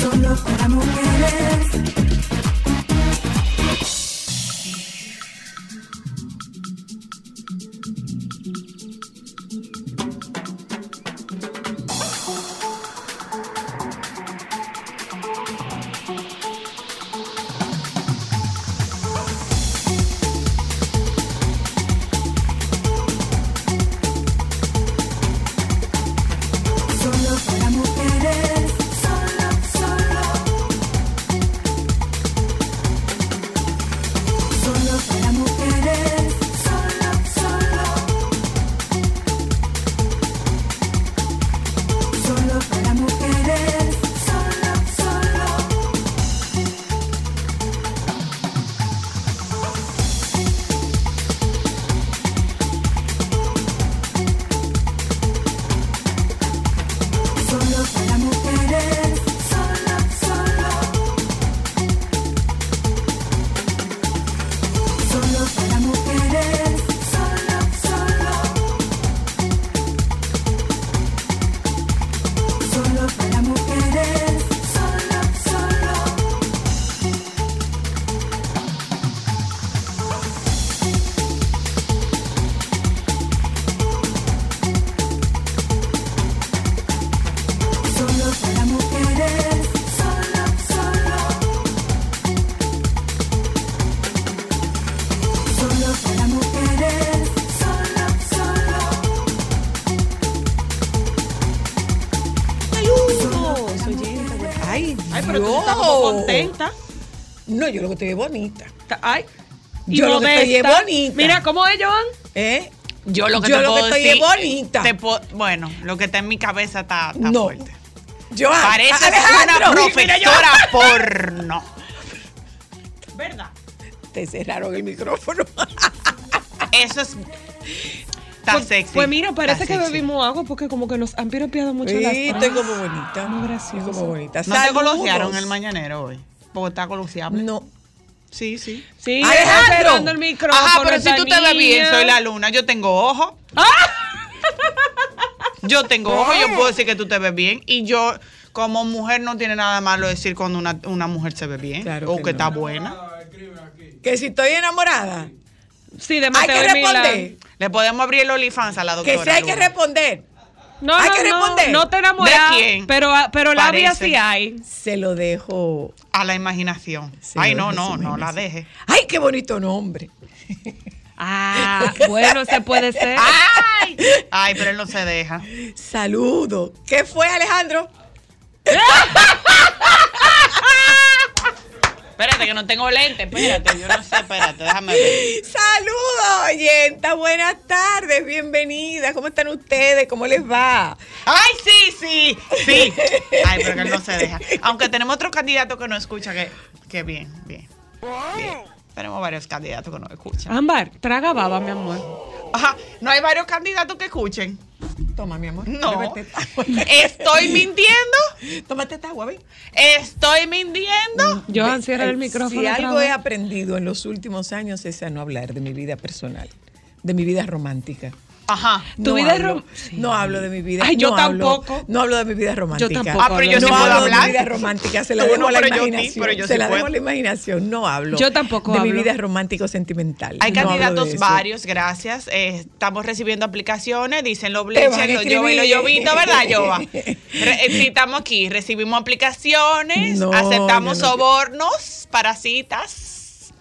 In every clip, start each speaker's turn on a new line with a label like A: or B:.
A: Solo para mujeres. Solo para mujeres. Solo, solo. Solo para mujeres. Solo, solo. Solo para mujeres. Solo, solo. Solo para mujeres. Solo, solo. Solo para mujeres. Solo, solo. Solo para mujeres. Solo, solo. Solo para mujeres. Solo, solo. Solo para mujeres. Solo, solo.
B: Saludos, oyente. Ay,
C: Ay, pero tú estás como
B: Dios.
C: contenta.
B: No, yo lo que te veo es bonita.
C: Ta- Ay.
B: Yo lo que estoy es
C: modesta.
B: bonita.
C: Mira, ¿cómo es, Joan?
B: ¿Eh?
D: Yo lo que
B: Yo
D: te
B: lo
D: puedo
B: que estoy
D: decir,
B: es bonita.
D: te puedo- bueno, lo que está en mi cabeza está, está
B: No. Ah,
D: fuerte.
B: Yo
D: Parece una
B: ah,
D: profesora porno. ¿Verdad?
B: Te cerraron el micrófono.
D: Eso es. Está
C: pues,
D: sexy.
C: Pues mira, parece
D: está
C: que
D: sexy.
C: bebimos agua porque como que nos han piropeado mucho
B: Sí,
C: las
B: estoy
C: tres.
B: como bonita.
C: Muy gracioso.
B: Estoy como bonita.
D: No te
B: Saludos.
D: colosearon el mañanero hoy. Porque está coloseable.
B: No.
D: Sí, sí.
C: Sí,
B: ¡Alejandro!
C: está cerrando el micrófono.
D: Ajá, pero si
C: esta
D: tú te ves bien,
C: niña.
D: soy la luna. Yo tengo ojos.
B: Ah.
D: Yo tengo ojos, yo puedo decir que tú te ves bien. Y yo, como mujer, no tiene nada malo decir cuando una, una mujer se ve bien
B: Claro
D: o
B: que
D: que,
B: no.
D: está buena.
B: Que si estoy enamorada,
C: Sí, de
B: hay
C: Mateo
B: que
C: y Milán.
B: responder.
D: Le podemos abrir el OnlyFans a la
B: Que
D: doctora.
B: si hay que
D: Luna.
B: responder.
C: No,
B: Hay
C: no,
B: que
C: no,
B: responder.
C: No, te enamoras.
D: ¿De quién?
C: Pero, ah, pero la vida
D: Parece.
C: sí hay.
B: Se lo dejo.
D: A la imaginación.
B: se
D: Ay,
B: lo
D: no,
B: dejo a
D: no,
B: su
D: no la
B: imaginación.
D: deje.
B: Ay, qué bonito nombre.
C: Ah, bueno, se puede ser.
D: Ah. ¡Ay! Ay, pero él no se deja.
B: Saludo. ¿Qué fue, Alejandro?
D: Espérate, que no tengo lente. Espérate, yo no sé, espérate, déjame ver.
B: Saludos, oyenta. Buenas tardes, bienvenidas. ¿Cómo están ustedes? ¿Cómo les va?
D: ¡Ay, sí, sí! Sí. Ay, pero que él no se deja. Aunque tenemos otro candidato que no escucha, que, que bien, bien, bien. Tenemos varios candidatos que no escuchan.
C: Ámbar, traga baba, mi amor.
D: Ajá, no hay varios candidatos que escuchen.
B: Toma, mi amor.
D: No.
B: Bébete esta agua.
C: Eh.
D: Estoy mintiendo.
B: Tómate esta agua, ven.
D: Estoy mintiendo.
C: Joan, cierra
B: Eh,
C: el micrófono.
B: Si
C: otra
B: algo
C: vez.
B: he aprendido en los últimos años es a no hablar de mi vida personal, de mi vida romántica.
D: Ajá.
C: Tu
B: No
C: vida es
B: hablo,
C: rom- Sí.
B: No hablo de mi vida.
C: Ay, yo
B: no hablo-
C: tampoco.
B: no hablo de mi vida romántica.
C: tampoco.
D: Ah, pero yo
B: no
D: sí puedo
B: hablo de
D: hablar.
B: mi vida romántica, se la
D: No,
B: dejo
D: no,
B: a la
D: pero yo sí,
B: imaginación.
D: pero yo
B: se
D: sí
B: la dejo
D: puedo.
B: a la imaginación, no hablo.
C: Yo tampoco
B: de mi
C: hablo.
B: vida romántico sentimental.
D: Hay
B: No hablo de
D: candidatos
B: eso.
D: varios, gracias. Eh, estamos recibiendo aplicaciones, dicen los
B: Te van a
D: bleachers, los Jova y los
B: escribir.
D: Jovito, ¿verdad, Jova? Re- eh, sí, estamos aquí, recibimos aplicaciones,
B: No,
D: aceptamos
B: yo no-
D: sobornos para citas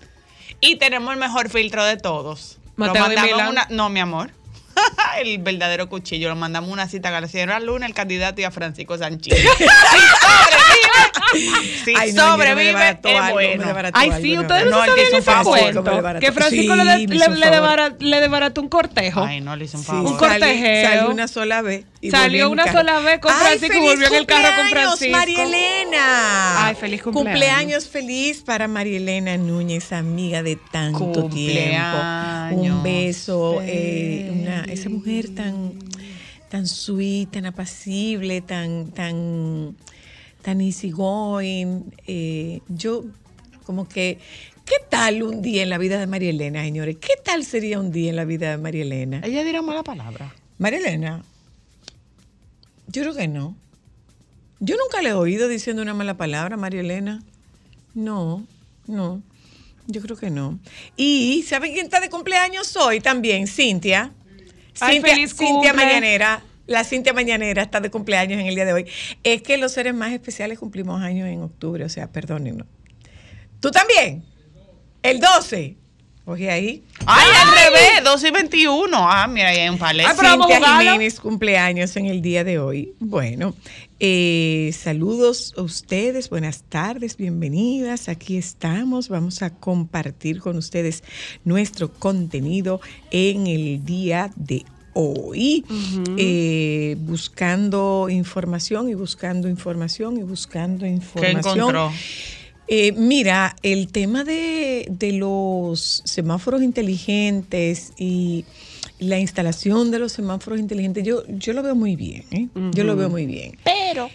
D: y tenemos el mejor filtro de todos. Lo
C: Mateo de
D: mandamos
C: Milán.
D: una- No, mi amor. el verdadero cuchillo. Lo mandamos una cita a García Luna, el candidato y a Francisco Sánchez. ¡Sí, pobre, dime! Si
B: Ay, no, yo no me
D: sobrevive,
B: desbarató
D: es
B: algo, me
D: bueno.
B: desbarató
C: Ay,
B: algo,
C: sí,
B: no,
C: ustedes
B: no, el
C: no,
B: que
C: sabían
B: hizo
C: ese
B: Francisco me
C: cuento.
B: desbarató.
C: Que Francisco
B: Sí,
C: le,
B: me
C: le-
B: hizo un
C: le
B: favor.
C: debara- le desbarató un cortejo.
D: Ay, no le hice un
B: Sí,
D: favor.
C: Un cortejeo.
B: Salí, salí una sola vez. y
C: Salió
B: volví en mi
C: una
B: carro.
C: sola vez con
B: Ay,
C: Francisco y
B: feliz
C: volvió en el carro con
B: cumpleaños,
C: Francisco.
B: María Elena.
C: Ay, feliz cumpleaños.
B: Cumpleaños feliz para María Elena Núñez, amiga de tanto tiempo.
D: Cumpleaños
B: Un beso. eh, una- esa mujer tan, tan sweet, tan apacible, tan, tan, tan easygoing. eh, yo, como que. ¿Qué tal un día en la vida de María Elena, señores? ¿Qué tal sería un día en la vida de María Elena?
D: Ella dirá mala palabra.
B: María Elena, yo creo que no. Yo nunca le he oído diciendo una mala palabra, María Elena. No, no. Yo creo que no. Y ¿saben quién está de cumpleaños hoy también? Cintia.
C: Ay,
B: Cintia,
C: feliz
B: Cintia
C: cumple.
B: Mañanera. La Cintia Mañanera está de cumpleaños en el día de hoy. Es que los seres más especiales cumplimos años en octubre, o sea, perdónenos. ¿Tú también? El 12. Oye ahí.
D: Ay, al revés, 12 y 21. Ah, mira, ahí hay un palet.
C: Ah, pero vamos a
B: Cintia
C: jugarlo.
B: Jiménez cumpleaños en el día de hoy. Bueno, eh, saludos a ustedes, buenas tardes, bienvenidas. Aquí estamos, vamos a compartir con ustedes nuestro contenido en el día de hoy. eh, buscando información y buscando información y buscando
D: ¿Qué
B: información.
D: encontró?
B: Eh, mira, el tema de, de los semáforos inteligentes y la instalación de los semáforos inteligentes, yo, yo lo veo muy bien, ¿eh? yo lo veo muy bien. Pero...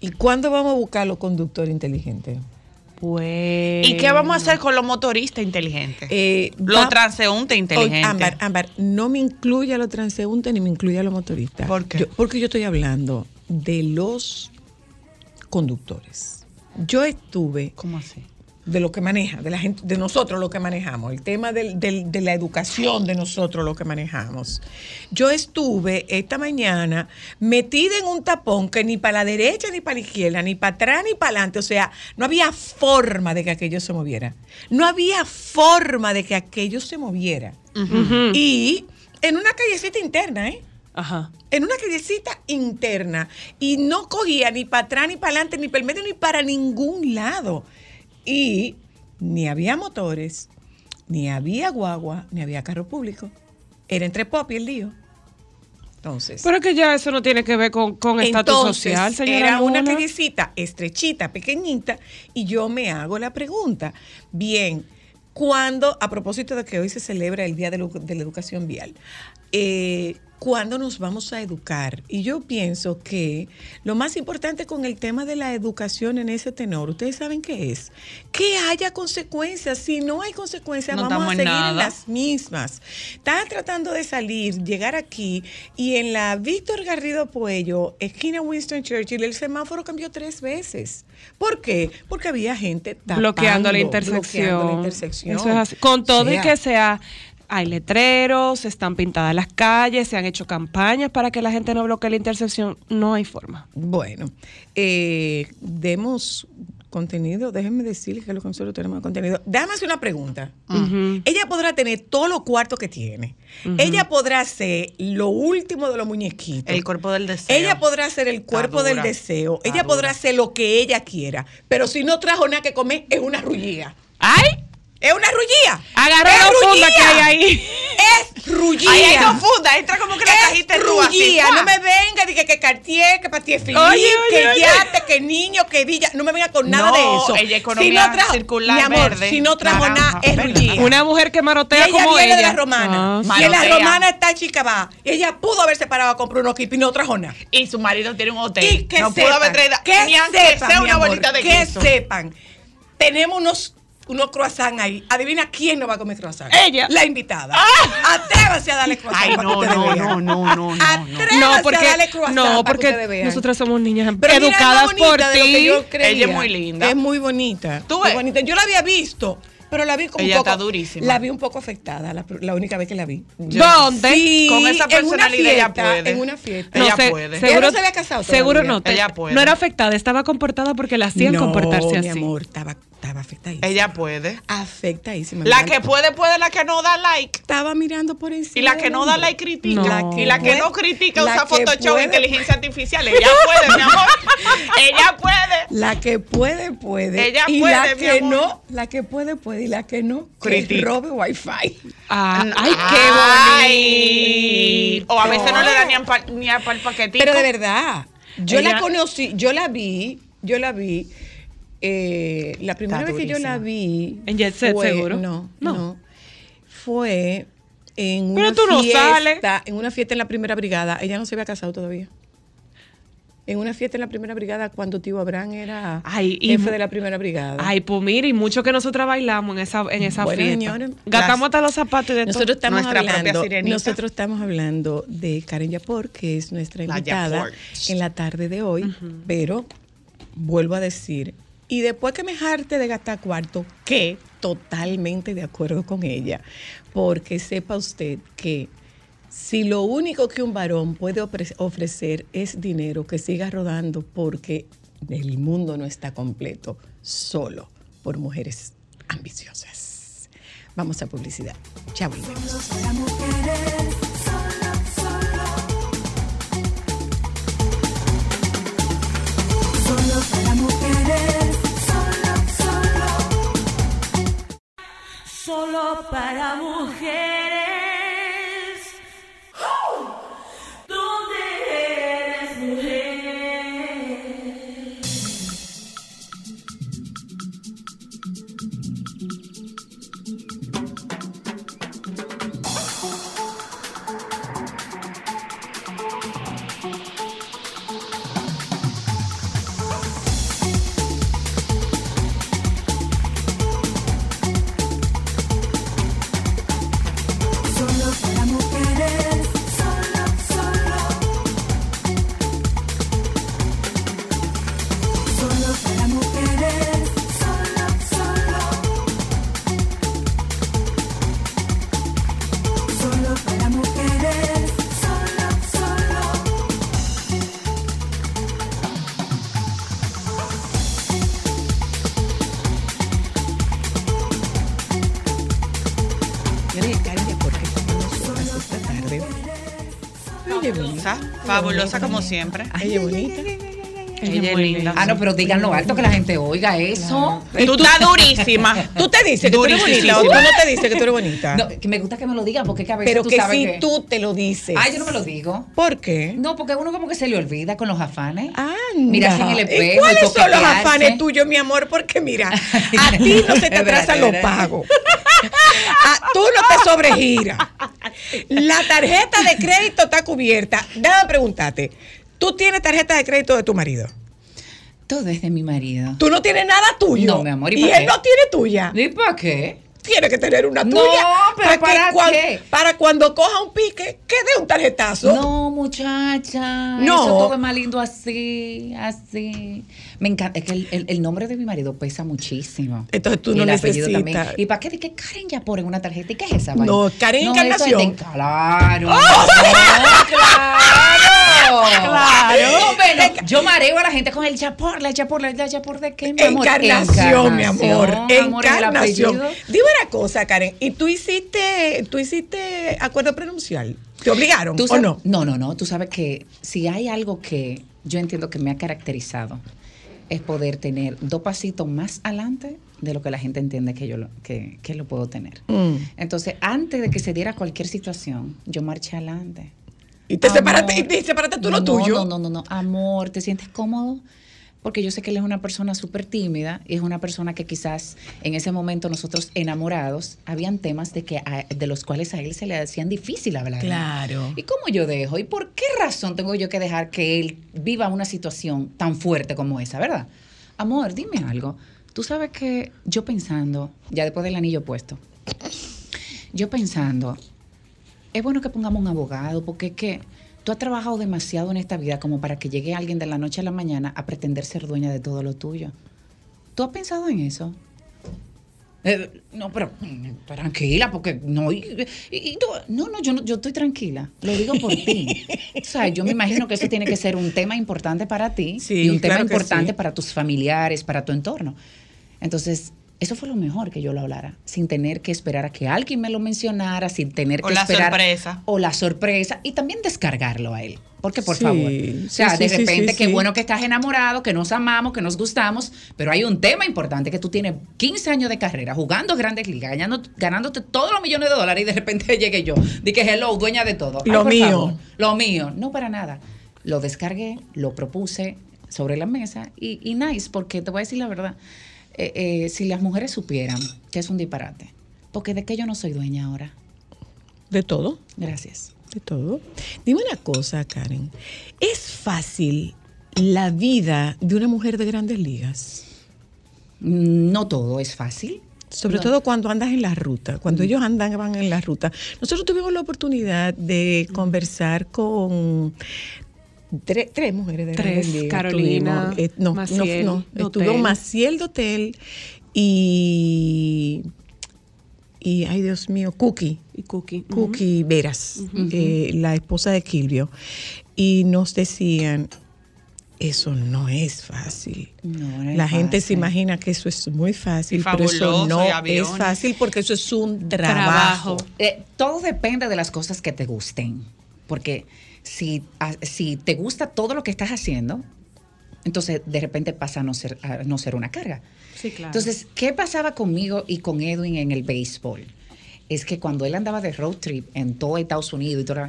B: ¿Y cuándo vamos a buscar los conductores inteligentes?
C: Pues.
D: ¿Y qué vamos a hacer con los motoristas inteligentes?
B: Eh,
D: los
B: va-
D: transeúntes inteligentes.
B: Oye, Ámbar, Ámbar, no me incluya a los transeúntes ni me incluya a los motoristas.
D: ¿Por qué?
B: Yo- porque yo estoy hablando de los conductores. Yo estuve
D: ¿Cómo así?
B: de lo que maneja, de la gente, de nosotros lo que manejamos, el tema del- del- de la educación de nosotros lo que manejamos. Yo estuve esta mañana metida en un tapón que ni para la derecha, ni para la izquierda, ni para atrás, ni para adelante, o sea, no había forma de que aquello se moviera. No había forma de que aquello se moviera. Y en una callecita interna, ¿eh?
C: Mm. Ajá.
B: en una callecita interna y no cogía ni para atrás, ni para adelante, ni para el medio, ni para ningún lado. Y ni había motores, ni había guagua, ni había carro público. Era entre pop y el lío. Entonces,
C: Pero que ya eso no tiene que ver con, con estatus
B: entonces
C: social, señora.
B: era una
C: Luna.
B: callecita estrechita, pequeñita, y yo me hago la pregunta, bien, ¿cuándo, a propósito de que hoy se celebra el Día de, la Edu- de la Educación Vial, eh, ¿cuándo nos vamos a educar? Y yo pienso que lo más importante con el tema de la educación en ese tenor, ustedes saben qué es, que haya consecuencias, si no hay consecuencias,
D: No
B: vamos
D: estamos
B: a
D: en
B: seguir en
D: nada.
B: las mismas. Estaba tratando de salir, llegar aquí y en la Víctor Garrido Puello, esquina Winston Churchill, el semáforo cambió tres veces. ¿Por qué? Porque había gente tapando,
C: bloqueando la
B: bloqueando
C: intersección.
B: la intersección.
C: Eso es así. Con todo
B: O sea,
C: y que sea, hay letreros, están pintadas las calles, se han hecho campañas para que la gente no bloquee la intersección. No hay forma.
B: Bueno, eh, demos contenido, déjenme decirles que lo que nosotros tenemos de contenido. Déjame hacer una pregunta.
C: Ujú.
B: Ella podrá tener todos los cuartos que tiene. Ella podrá ser lo último de los muñequitos.
D: El cuerpo del deseo.
B: Ella podrá ser el cuerpo
D: Está
B: del
D: dura,
B: deseo.
D: está
B: Ella podrá
D: dura.
B: ser lo que ella quiera. Pero si no trajo nada que comer, es una rullía.
C: ¡Ay!
B: Es una rullía.
C: Agarró
B: Es
C: la funda
B: rullía.
C: que hay ahí.
B: Es rullía.
D: Ay, ay, confunda, entra como que la
B: Es
D: trajiste tú así.
B: rullía.
D: ¡fua!
B: No me venga, dije que Cartier, que Patie
C: Oye, oye,
B: que
C: oye.
B: Yate, que Niño, que Villa. No me venga con nada
D: No,
B: de eso.
D: ella economía circular,
B: mi amor,
D: verde,
B: si no trajo
D: naranja,
B: nada, es
D: verde,
B: rullía.
C: Una mujer que
B: Y
C: marotea
B: ella
C: como
B: viene
C: ella.
B: de la romana.
C: Ah, sí.
B: y en la
D: Malotea.
B: romana está chica va. Y ella pudo haberse parado a comprar unos kipis y no trajo nada.
D: Y su marido tiene un
B: Y
D: hotel.
B: que
D: no pudo
B: sepan,
D: haber traído
B: que
D: ni aunque
B: sepan,
D: sea
B: mi
D: una
B: amor,
D: bolita de
B: que
D: queso.
B: sepan. Tenemos unos unos croissants ahí. Adivina quién no va a comer croissant.
C: Ella.
B: La invitada. Atrévase a darle croissant
D: Ah. Ay,
B: para
D: no,
B: que ustedes
D: no,
B: vean.
D: no, no, no, no, no.
B: Atrévase
C: No,
B: a
C: porque,
B: darle croissant
C: no,
B: para que ustedes
C: porque
B: vean.
C: nosotras somos niñas
B: Pero mira, es más
C: educadas
B: bonita
C: por
B: de lo que
C: ti.
B: yo creía.
D: Ella es muy linda.
B: Es muy bonita.
D: Tú
B: muy
D: ves.
B: bonita. Yo la había visto, pero la vi como
D: Ella
B: un poco.
D: está durísima.
B: La vi un poco afectada, la, la única vez que la vi.
C: ¿Dónde?
B: Sí,
D: Con esa
B: en una
D: personalidad ella
B: fiesta,
D: puede.
B: En una fiesta.
D: Ella
C: se-
D: puede.
C: Seguro,
B: Ella no se había casado
C: Seguro
B: todavía.
C: no. te-
D: Ella puede.
C: No era afectada, estaba comportada porque la hacían
B: no,
C: comportarse así.
B: Mi amor, estaba estaba afectadísima.
D: Ella puede.
B: Afectadísima.
D: La
B: Mira,
D: que puede, puede la que no da like.
B: estaba mirando por encima.
D: Y la que
B: del
D: no da
B: hombro.
D: like critica.
C: No.
D: Y la que no critica
B: La
D: usa
B: que
D: Photoshop
B: puede-
D: e inteligencia artificial. Ella puede, mi amor. Ella puede.
B: La que puede, puede.
D: Ella
B: y
D: puede,
B: la
D: mi
B: que
D: amor.
B: no, la que puede, puede. Y la que no, que
D: Critica.
B: robe wifi.
C: Ah, ay, qué
D: Ay.
C: bonito.
D: O a veces no le da ni a pa- ni a pa- el paquetico.
B: Pero de verdad, yo la
D: Ella-
B: conocí, yo la vi, yo la vi. eh, la primera vez que yo la vi.
C: En Jet Set,
B: fue-
C: seguro.
B: No,
C: No.
B: no. Fue en
C: Pero
B: una
C: tú no
B: fiesta.
C: sales.
B: En una fiesta en la primera brigada. Ella no se había casado todavía. En una fiesta en la primera brigada cuando tío Abraham era
C: Ay, y-
B: jefe de la primera brigada.
C: Ay, pues mira, y mucho que nosotras bailamos en esa, en esa
B: Bueno,
C: fiesta.
B: señores,
C: Gastamos
D: las-
C: hasta los zapatos y de todo.
B: Nosotros estamos
D: Nuestra propia
B: hablando,
D: sirenita.
B: nosotros estamos hablando de Karen Yapor, que es nuestra
D: La
B: invitada
D: Yapor.
B: en la tarde de hoy, pero vuelvo a decir, y después que me jarte de gastar cuarto, que totalmente de acuerdo con ella, porque sepa usted que si lo único que un varón puede ofre- ofrecer es dinero, que siga rodando porque el mundo no está completo solo por mujeres ambiciosas. Vamos a publicidad. Ya volvemos.
A: Solo para mujeres, solo, solo. Solo para mujeres, solo, solo. Solo para mujeres. ¿Dónde eres mujer? Solo para mujeres, solo, solo. Solo para mujeres, solo, solo. Solo para mujeres, solo, solo.
B: Mira, Karen, ¿por qué está con nosotras esta tarde? Oye, bonita.
D: Fabulosa, fabulosa como siempre.
B: Oye, bonita.
C: Ella es
D: muy
C: linda.
E: Ah, no, pero díganlo alto que la gente oiga eso.
D: Tú estás durísima.
B: Tú te dices que tú eres bonita o tú no te dices que tú eres bonita.
E: No, que me gusta que me lo digan porque es que a veces
B: Pero
E: tú
B: que
E: sabes
B: si
E: que...
B: tú te lo dices.
E: Ay, yo no me lo digo.
B: ¿Por qué?
E: No, porque uno como que se le olvida con los afanes.
B: Anda.
E: Mirarse en el espejo
B: ¿Y cuáles son los
E: coquetearse.
B: afanes tuyos, mi amor? Porque mira, a ti no se te
E: Es verdad,
B: atrasan
E: es
B: los
E: verdad.
B: pagos. A- tú no te sobregira. La tarjeta de crédito está cubierta. Déjame preguntarte. ¿Tú tienes tarjeta de crédito de tu marido?
E: Todo es de mi marido.
B: Tú no tienes nada tuyo.
E: No, mi amor, ¿y
B: Y
E: para
B: él
E: qué?
B: no tiene tuya.
E: ¿Y para qué?
B: Tiene que tener una
E: No,
B: tuya.
E: pero ¿para
B: cuan-
E: qué?
B: para cuando coja un pique, que dé un tarjetazo.
E: No, muchacha.
B: No.
E: Eso todo es más lindo así, así. Me encanta. Es que el, el- el nombre de mi marido pesa muchísimo.
B: Entonces tú
E: Y
B: no
E: el apellido
B: necesitas.
E: también. ¿Y para qué? ¿De qué Karen ya ponen una tarjeta? ¿Y qué es esa?
B: No,
E: vaina?
B: Karen
E: eso es de-
B: Encarnación. ¡Oh!
E: claro. No, claro.
B: Claro.
E: No, pero yo mareo a la gente con el yapor, la yapor, la la yapor de qué, mi amor.
B: Encarnación, mi amor.
E: Encarnación, amor, el
B: Encarnación.
E: apellido.
B: Dime una cosa, Karen. ¿Y tú hiciste, tú hiciste acuerdo prenupcial? ¿Te obligaron
E: ¿Tú
B: o
E: sabes-
B: no?
E: No, no, no. Tú sabes que si hay algo que yo entiendo que me ha caracterizado es poder tener dos pasitos más adelante de lo que la gente entiende que yo lo, que, que lo puedo tener.
B: Mm.
E: Entonces, antes de que se diera cualquier situación, yo marché adelante.
B: Y te
E: Amor.
B: separaste, y te separaste tú lo
E: Ah, No,
B: tuyo.
E: No, no, no, no. Amor, ¿te sientes cómodo? Porque yo sé que él es una persona súper tímida y es una persona que quizás en ese momento nosotros enamorados habían temas de que a- de los cuales a él se le hacían difícil hablar.
B: Claro.
E: ¿Y cómo yo dejo? ¿Y por qué razón tengo yo que dejar que él viva una situación tan fuerte como esa, verdad? Amor, dime algo. Tú sabes que yo pensando, ya después del anillo puesto, yo pensando, es bueno que pongamos un abogado, porque es que tú has trabajado demasiado en esta vida como para que llegue alguien de la noche a la mañana a pretender ser dueña de todo lo tuyo. ¿Tú has pensado en eso? Eh, no, pero mm, tranquila, porque no. y- y- y tú- no, no, yo, no- yo estoy tranquila. Lo digo por ti. o sea, yo me imagino que eso tiene que ser un tema importante para ti
B: Sí,
E: y un tema
B: claro que
E: importante
B: sí.
E: para tus familiares, para tu entorno. Entonces, eso fue lo mejor que yo lo hablara, sin tener que esperar a que alguien me lo mencionara, sin tener
D: O
E: que
D: la
E: esperar.
D: sorpresa.
E: O la sorpresa. Y también descargarlo a él. Porque, por
B: Sí,
E: favor.
B: sí,
E: O sea,
B: sí,
E: de
B: sí,
E: repente,
B: sí,
E: qué
B: sí.
E: bueno que estás enamorado, que nos amamos, que nos gustamos, pero hay un tema importante que tú tienes 15 años de carrera jugando grandes ligas, ganando, ganándote todos los millones de dólares y de repente llegué yo. Dije, hello, dueña de todo. Ay,
B: Lo
E: por
B: mío.
E: favor, lo mío. No para nada. Lo descargué, lo propuse sobre la mesa y, y nice, porque te voy a decir la verdad. eh, eh, si las mujeres supieran que es un disparate, porque de que yo no soy dueña ahora.
B: De todo.
E: Gracias.
B: De todo. Dime una cosa, Karen. ¿Es fácil la vida de una mujer de grandes ligas?
E: Mm, No todo es fácil.
B: Sobre todo cuando andas en la ruta,
C: Mm.
B: cuando ellos andan, van en la ruta. Nosotros tuvimos la oportunidad de
C: Mm.
B: conversar con tre- tres mujeres de
C: Tres,
B: grandes ligas.
C: Carolina,
B: Tuvimos, eh, no,
C: Maciel
B: no, no, Estuvo
C: Dotel.
B: Maciel Dotel y, y, ay Dios mío, Cookie.
C: Y Cookie. Ujú.
B: Cookie Veras, eh, la esposa de Kilvio, y nos decían, eso no es fácil.
E: No, no es
B: la gente se
E: fácil.
B: imagina que eso es muy fácil,
D: Y
B: pero eso
D: fabuloso,
B: no
D: y
B: es
D: aviones.
B: fácil porque eso es un trabajo.
C: Trabajo.
E: Eh, todo depende de las cosas que te gusten. Porque si, a- si te gusta todo lo que estás haciendo, entonces de repente pasa a no ser, a no ser una carga.
C: Sí, claro.
E: Entonces, ¿qué pasaba conmigo y con Edwin en el béisbol? Es que cuando él andaba de road trip en todo Estados Unidos y todo,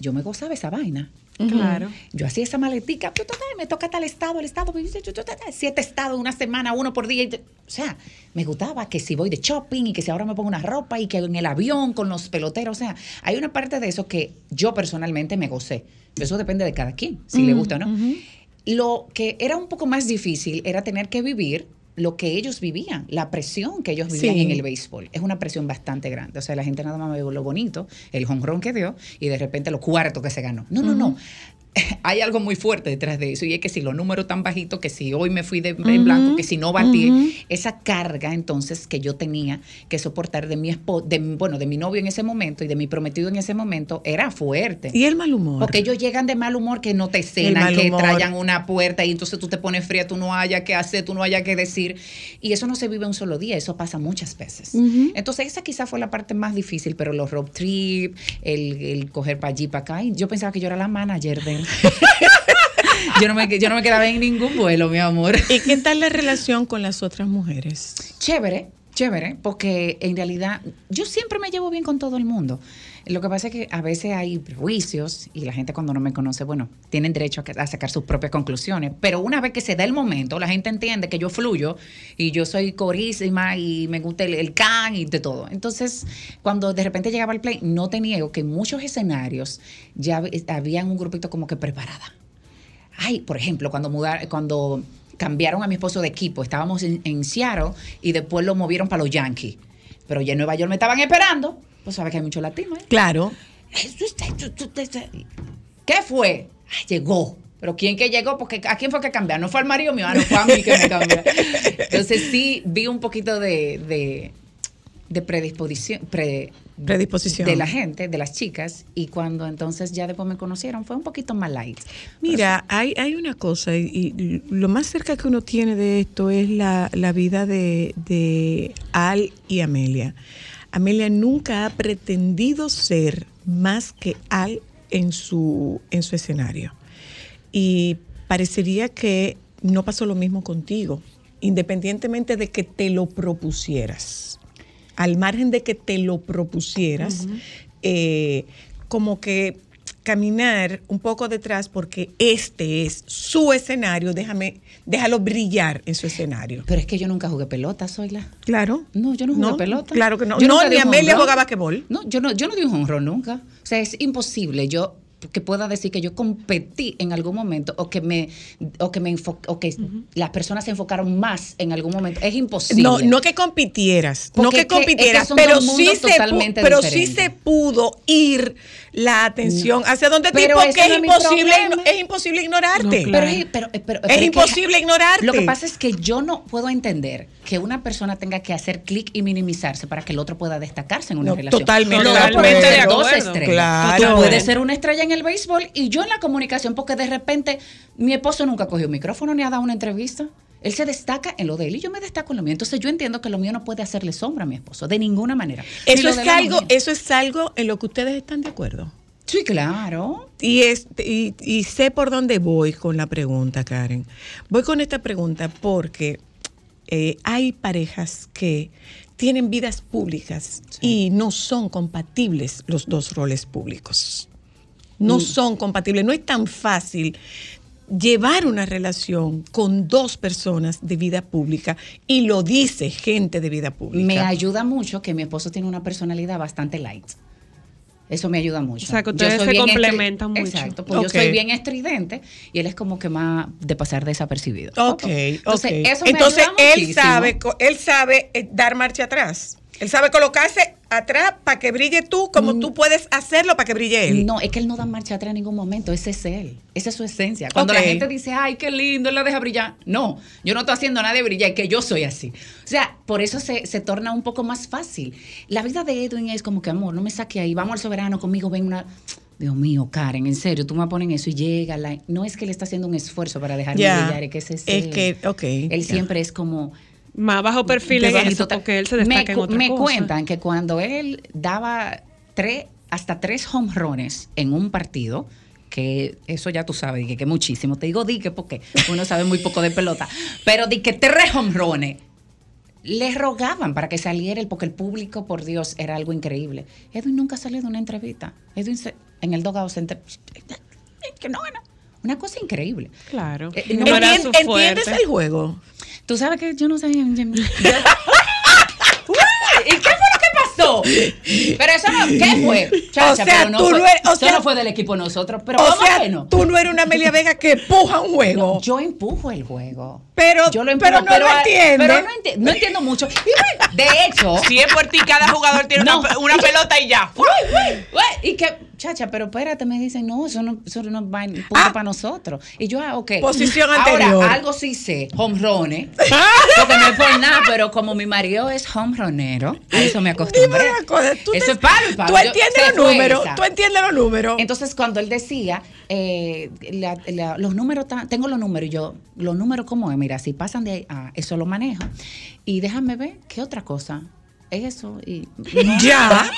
E: yo me gozaba esa vaina.
C: claro.
E: Yo hacía esa maletica, tu, tu, tu, me toca tal estado, el estado, tu, tu, tu, tu, siete estados, una semana, uno por día. y te- O sea, me gustaba que si voy de shopping y que si ahora me pongo una ropa y que en el avión con los peloteros. O sea, hay una parte de eso que yo personalmente me gocé. Eso depende de cada quien, si le gusta o no. Lo que era un poco más difícil era tener que vivir lo que ellos vivían, la presión que ellos vivían
B: Sí.
E: en el béisbol. Es una presión bastante grande. O sea, la gente nada más ve lo bonito, el jonrón que dio y de repente lo cuarto que se ganó. No, no, no. Hay algo muy fuerte detrás de eso y es que si los números tan bajitos, que si hoy me fui de, en blanco, que si no batí, esa carga entonces que yo tenía que soportar de mi espo- de, mi- bueno, de mi novio en ese momento y de mi prometido en ese momento era fuerte.
B: Y el mal humor.
E: Porque ellos llegan de mal humor, que no te
B: mal
E: cenan, que
B: humor.
E: trayan una puerta y entonces tú te pones fría, tú no haya que hacer, tú no haya que decir. Y eso no se vive un solo día, eso pasa muchas veces. Entonces esa quizá fue la parte más difícil, pero los road trip, el, el coger para allí, para acá, y yo pensaba que yo era la manager de él. yo, no me, yo no me quedaba en ningún vuelo, mi amor.
B: ¿Y qué tal la relación con las otras mujeres?
E: Chévere, chévere, porque en realidad yo siempre me llevo bien con todo el mundo. Lo que pasa es que a veces hay prejuicios y la gente cuando no me conoce, bueno, tienen derecho a, que- a sacar sus propias conclusiones, pero una vez que se da el momento, la gente entiende que yo fluyo y yo soy corísima y me gusta el, el can y de todo. Entonces, cuando de repente llegaba el play, no te niego que en muchos escenarios ya hab- habían un grupito como que preparada. Ay, por ejemplo, cuando mudar, cuando cambiaron a mi esposo de equipo, estábamos en, en Seattle y después lo movieron para los Yankees. Pero ya en Nueva York me estaban esperando. Pues sabes que hay muchos latinos. ¿eh?
B: Claro,
E: ¿Qué fue? Ay, llegó. Pero ¿quién que llegó? Porque ¿a quién fue que cambiaron? No fue al marido mío, ah, no fue a mí que me cambiaron. Entonces sí vi un poquito de, de, de predisposición, pre-
B: predisposición.
E: de la gente, de las chicas. Y cuando entonces ya después me conocieron, fue un poquito más light.
B: Mira, hay, hay una cosa, y, y lo más cerca que uno tiene de esto es la, la vida de, de Al y Amelia. Amelia nunca ha pretendido ser más que Al en su, en su escenario. Y parecería que no pasó lo mismo contigo, independientemente de que te lo propusieras al margen de que te lo propusieras, eh, como que caminar un poco detrás porque este es su escenario, déjame, déjalo brillar en su escenario.
E: Pero es que yo nunca jugué pelota, Zoila.
B: Claro.
E: No, yo no jugué pelota.
B: Claro que no.
E: Yo
B: no,
E: nunca di
B: ni
E: un
B: Amelia
E: jonrón.
B: jugaba basquetbol.
E: No, yo no, yo no di un honrón nunca. O sea, es imposible yo que pueda decir que yo competí en algún momento o que me o que me enfo- o que las personas se enfocaron más en algún momento. Es imposible.
B: No, no que compitieras, no
E: Porque
B: que
E: es que- es que
B: compitieras,
E: son
B: pero,
E: dos
B: sí
E: mundos
B: se, pu-
E: totalmente
B: pero sí
E: diferentes.
B: se pudo ir la atención hacia donde
E: Pero
B: tipo
E: ese
B: que
E: no
B: es
E: es mi
B: imposible,
E: problema.
B: es imposible ignorarte.
C: No,
E: Pero,
C: claro.
E: es- pero- pero- pero
B: Es
E: que-
B: imposible ignorarte.
E: Lo que pasa es que yo no puedo entender que una persona tenga que hacer clic y minimizarmente para que el otro pueda destacarse en una
B: No,
E: relación.
B: totalmente,
E: Los dos pueden
C: totalmente
E: ser
C: de
E: dos
C: acuerdo.
E: estrellas.
B: Claro.
E: Tú puedes ser una estrella en el béisbol y yo en la comunicación, porque de repente mi esposo nunca cogió un micrófono ni ha dado una entrevista. Él se destaca en lo de él y yo me destaco en lo mío. Entonces yo entiendo que lo mío no puede hacerle sombra a mi esposo, de ninguna manera. Ni
B: Eso
E: lo
B: es,
E: de él a lo
B: algo,
E: mío.
B: eso es algo en lo que ustedes están de acuerdo.
E: Sí, claro.
B: Y, es, y, y sé por dónde voy con la pregunta, Karen. Voy con esta pregunta porque eh, hay parejas que tienen vidas públicas y no son compatibles los dos roles públicos. No son compatibles. No es tan fácil llevar una relación con dos personas de vida pública y lo dice gente de vida pública.
E: Me ayuda mucho que mi esposo tiene una personalidad bastante light. Eso me ayuda mucho.
C: O sea, que
E: Yo
C: ustedes
E: soy
C: se
E: bien estri-
C: complementan mucho.
E: Exacto, pues
B: Ok.
E: yo soy bien estridente y él es como que más de pasar desapercibido.
B: Ok,
E: Entonces,
B: ok.
E: eso me
B: Entonces,
E: ayuda
B: él
E: muchísimo.
B: sabe, co- él sabe eh, dar marcha atrás. Él sabe colocarse atrás para que brille tú como
E: Mm.
B: tú puedes hacerlo para que brille él.
E: No, es que él no da marcha atrás en ningún momento. Ese es él. Esa es su esencia. Cuando
B: Ok.
E: la gente dice, ay, qué lindo, él la deja brillar. No, yo no estoy haciendo nada de brillar, es que yo soy así. O sea, por eso se, se torna un poco más fácil. La vida de Edwin es como que, amor, no me saque ahí, vamos al soberano conmigo, ven una. Dios mío, Karen, en serio, tú me pones en eso y llega. la- No es que él está haciendo un esfuerzo para dejarme
B: Ya.
E: brillar, es que ese es,
B: Es
E: él.
B: que, ok,
E: Él
B: ya.
E: siempre es como
C: Más bajo perfil en
E: bajito
C: eso,
E: tal.
C: porque él se destaca
E: me,
C: en
E: cu-
C: otra
E: me
C: cosa.
E: cuentan que cuando él daba tres, hasta tres honrones en un partido, que eso ya tú sabes, dije que muchísimo. Te digo di que porque uno sabe muy poco de pelota, pero di que tres honrones. Le rogaban para que saliera él, porque el público, por Dios, era algo increíble. Edwin nunca salió de una entrevista. Edwin se- en el dogado se entre- que no era una cosa increíble.
C: Claro.
E: Eh, no
C: era
B: Entien-
C: su
B: ¿Entiendes
C: fuerte.
B: el juego?
E: Tú sabes que yo no sabía. yo- yo- ¿Y qué fue lo que pasó? Pero eso no, ¿qué fue? Chacha,
B: O sea,
E: pero no
B: tú
E: fue,
B: no eres- o
E: eso
B: sea-
E: no fue del equipo de nosotros, pero
B: O
E: ¿cómo
B: sea,
E: que no?
B: tú no eres una Amelia Vega que empuja un juego.
E: Yo empujo el juego.
B: Pero-
E: yo
B: pero no lo
E: a-
B: entiende.
E: Pero no, enti- no entiendo mucho. Y bueno, de hecho,
D: Si es por ti, cada jugador tiene
E: No.
D: una, pe- una pelota y ya.
E: Uy, uy, uy. Y que, chacha, pero espérate, me dicen, no, eso no, eso no va en punto
B: Ah.
E: para nosotros. Y yo, ah, ok.
B: Posición anterior.
E: Ahora, algo sí sé, hombrones. Porque no es por nada, pero como mi marido es hombronero, a eso me acostumbré.
B: Dime una cosa, tú
E: eso
B: te-
E: es palo y palo.
B: Tú
E: Yo-
B: entiendes
E: se
B: los
E: fue
B: números,
E: esa.
B: tú entiendes los números.
E: Entonces, cuando él decía, eh, la- la- los números, ta- tengo los números, y yo, los números, ¿cómo es? Mira, si pasan de ahí, ah, eso lo manejo. Y déjame ver, ¿qué otra cosa? Es eso. Y, no.
B: ya.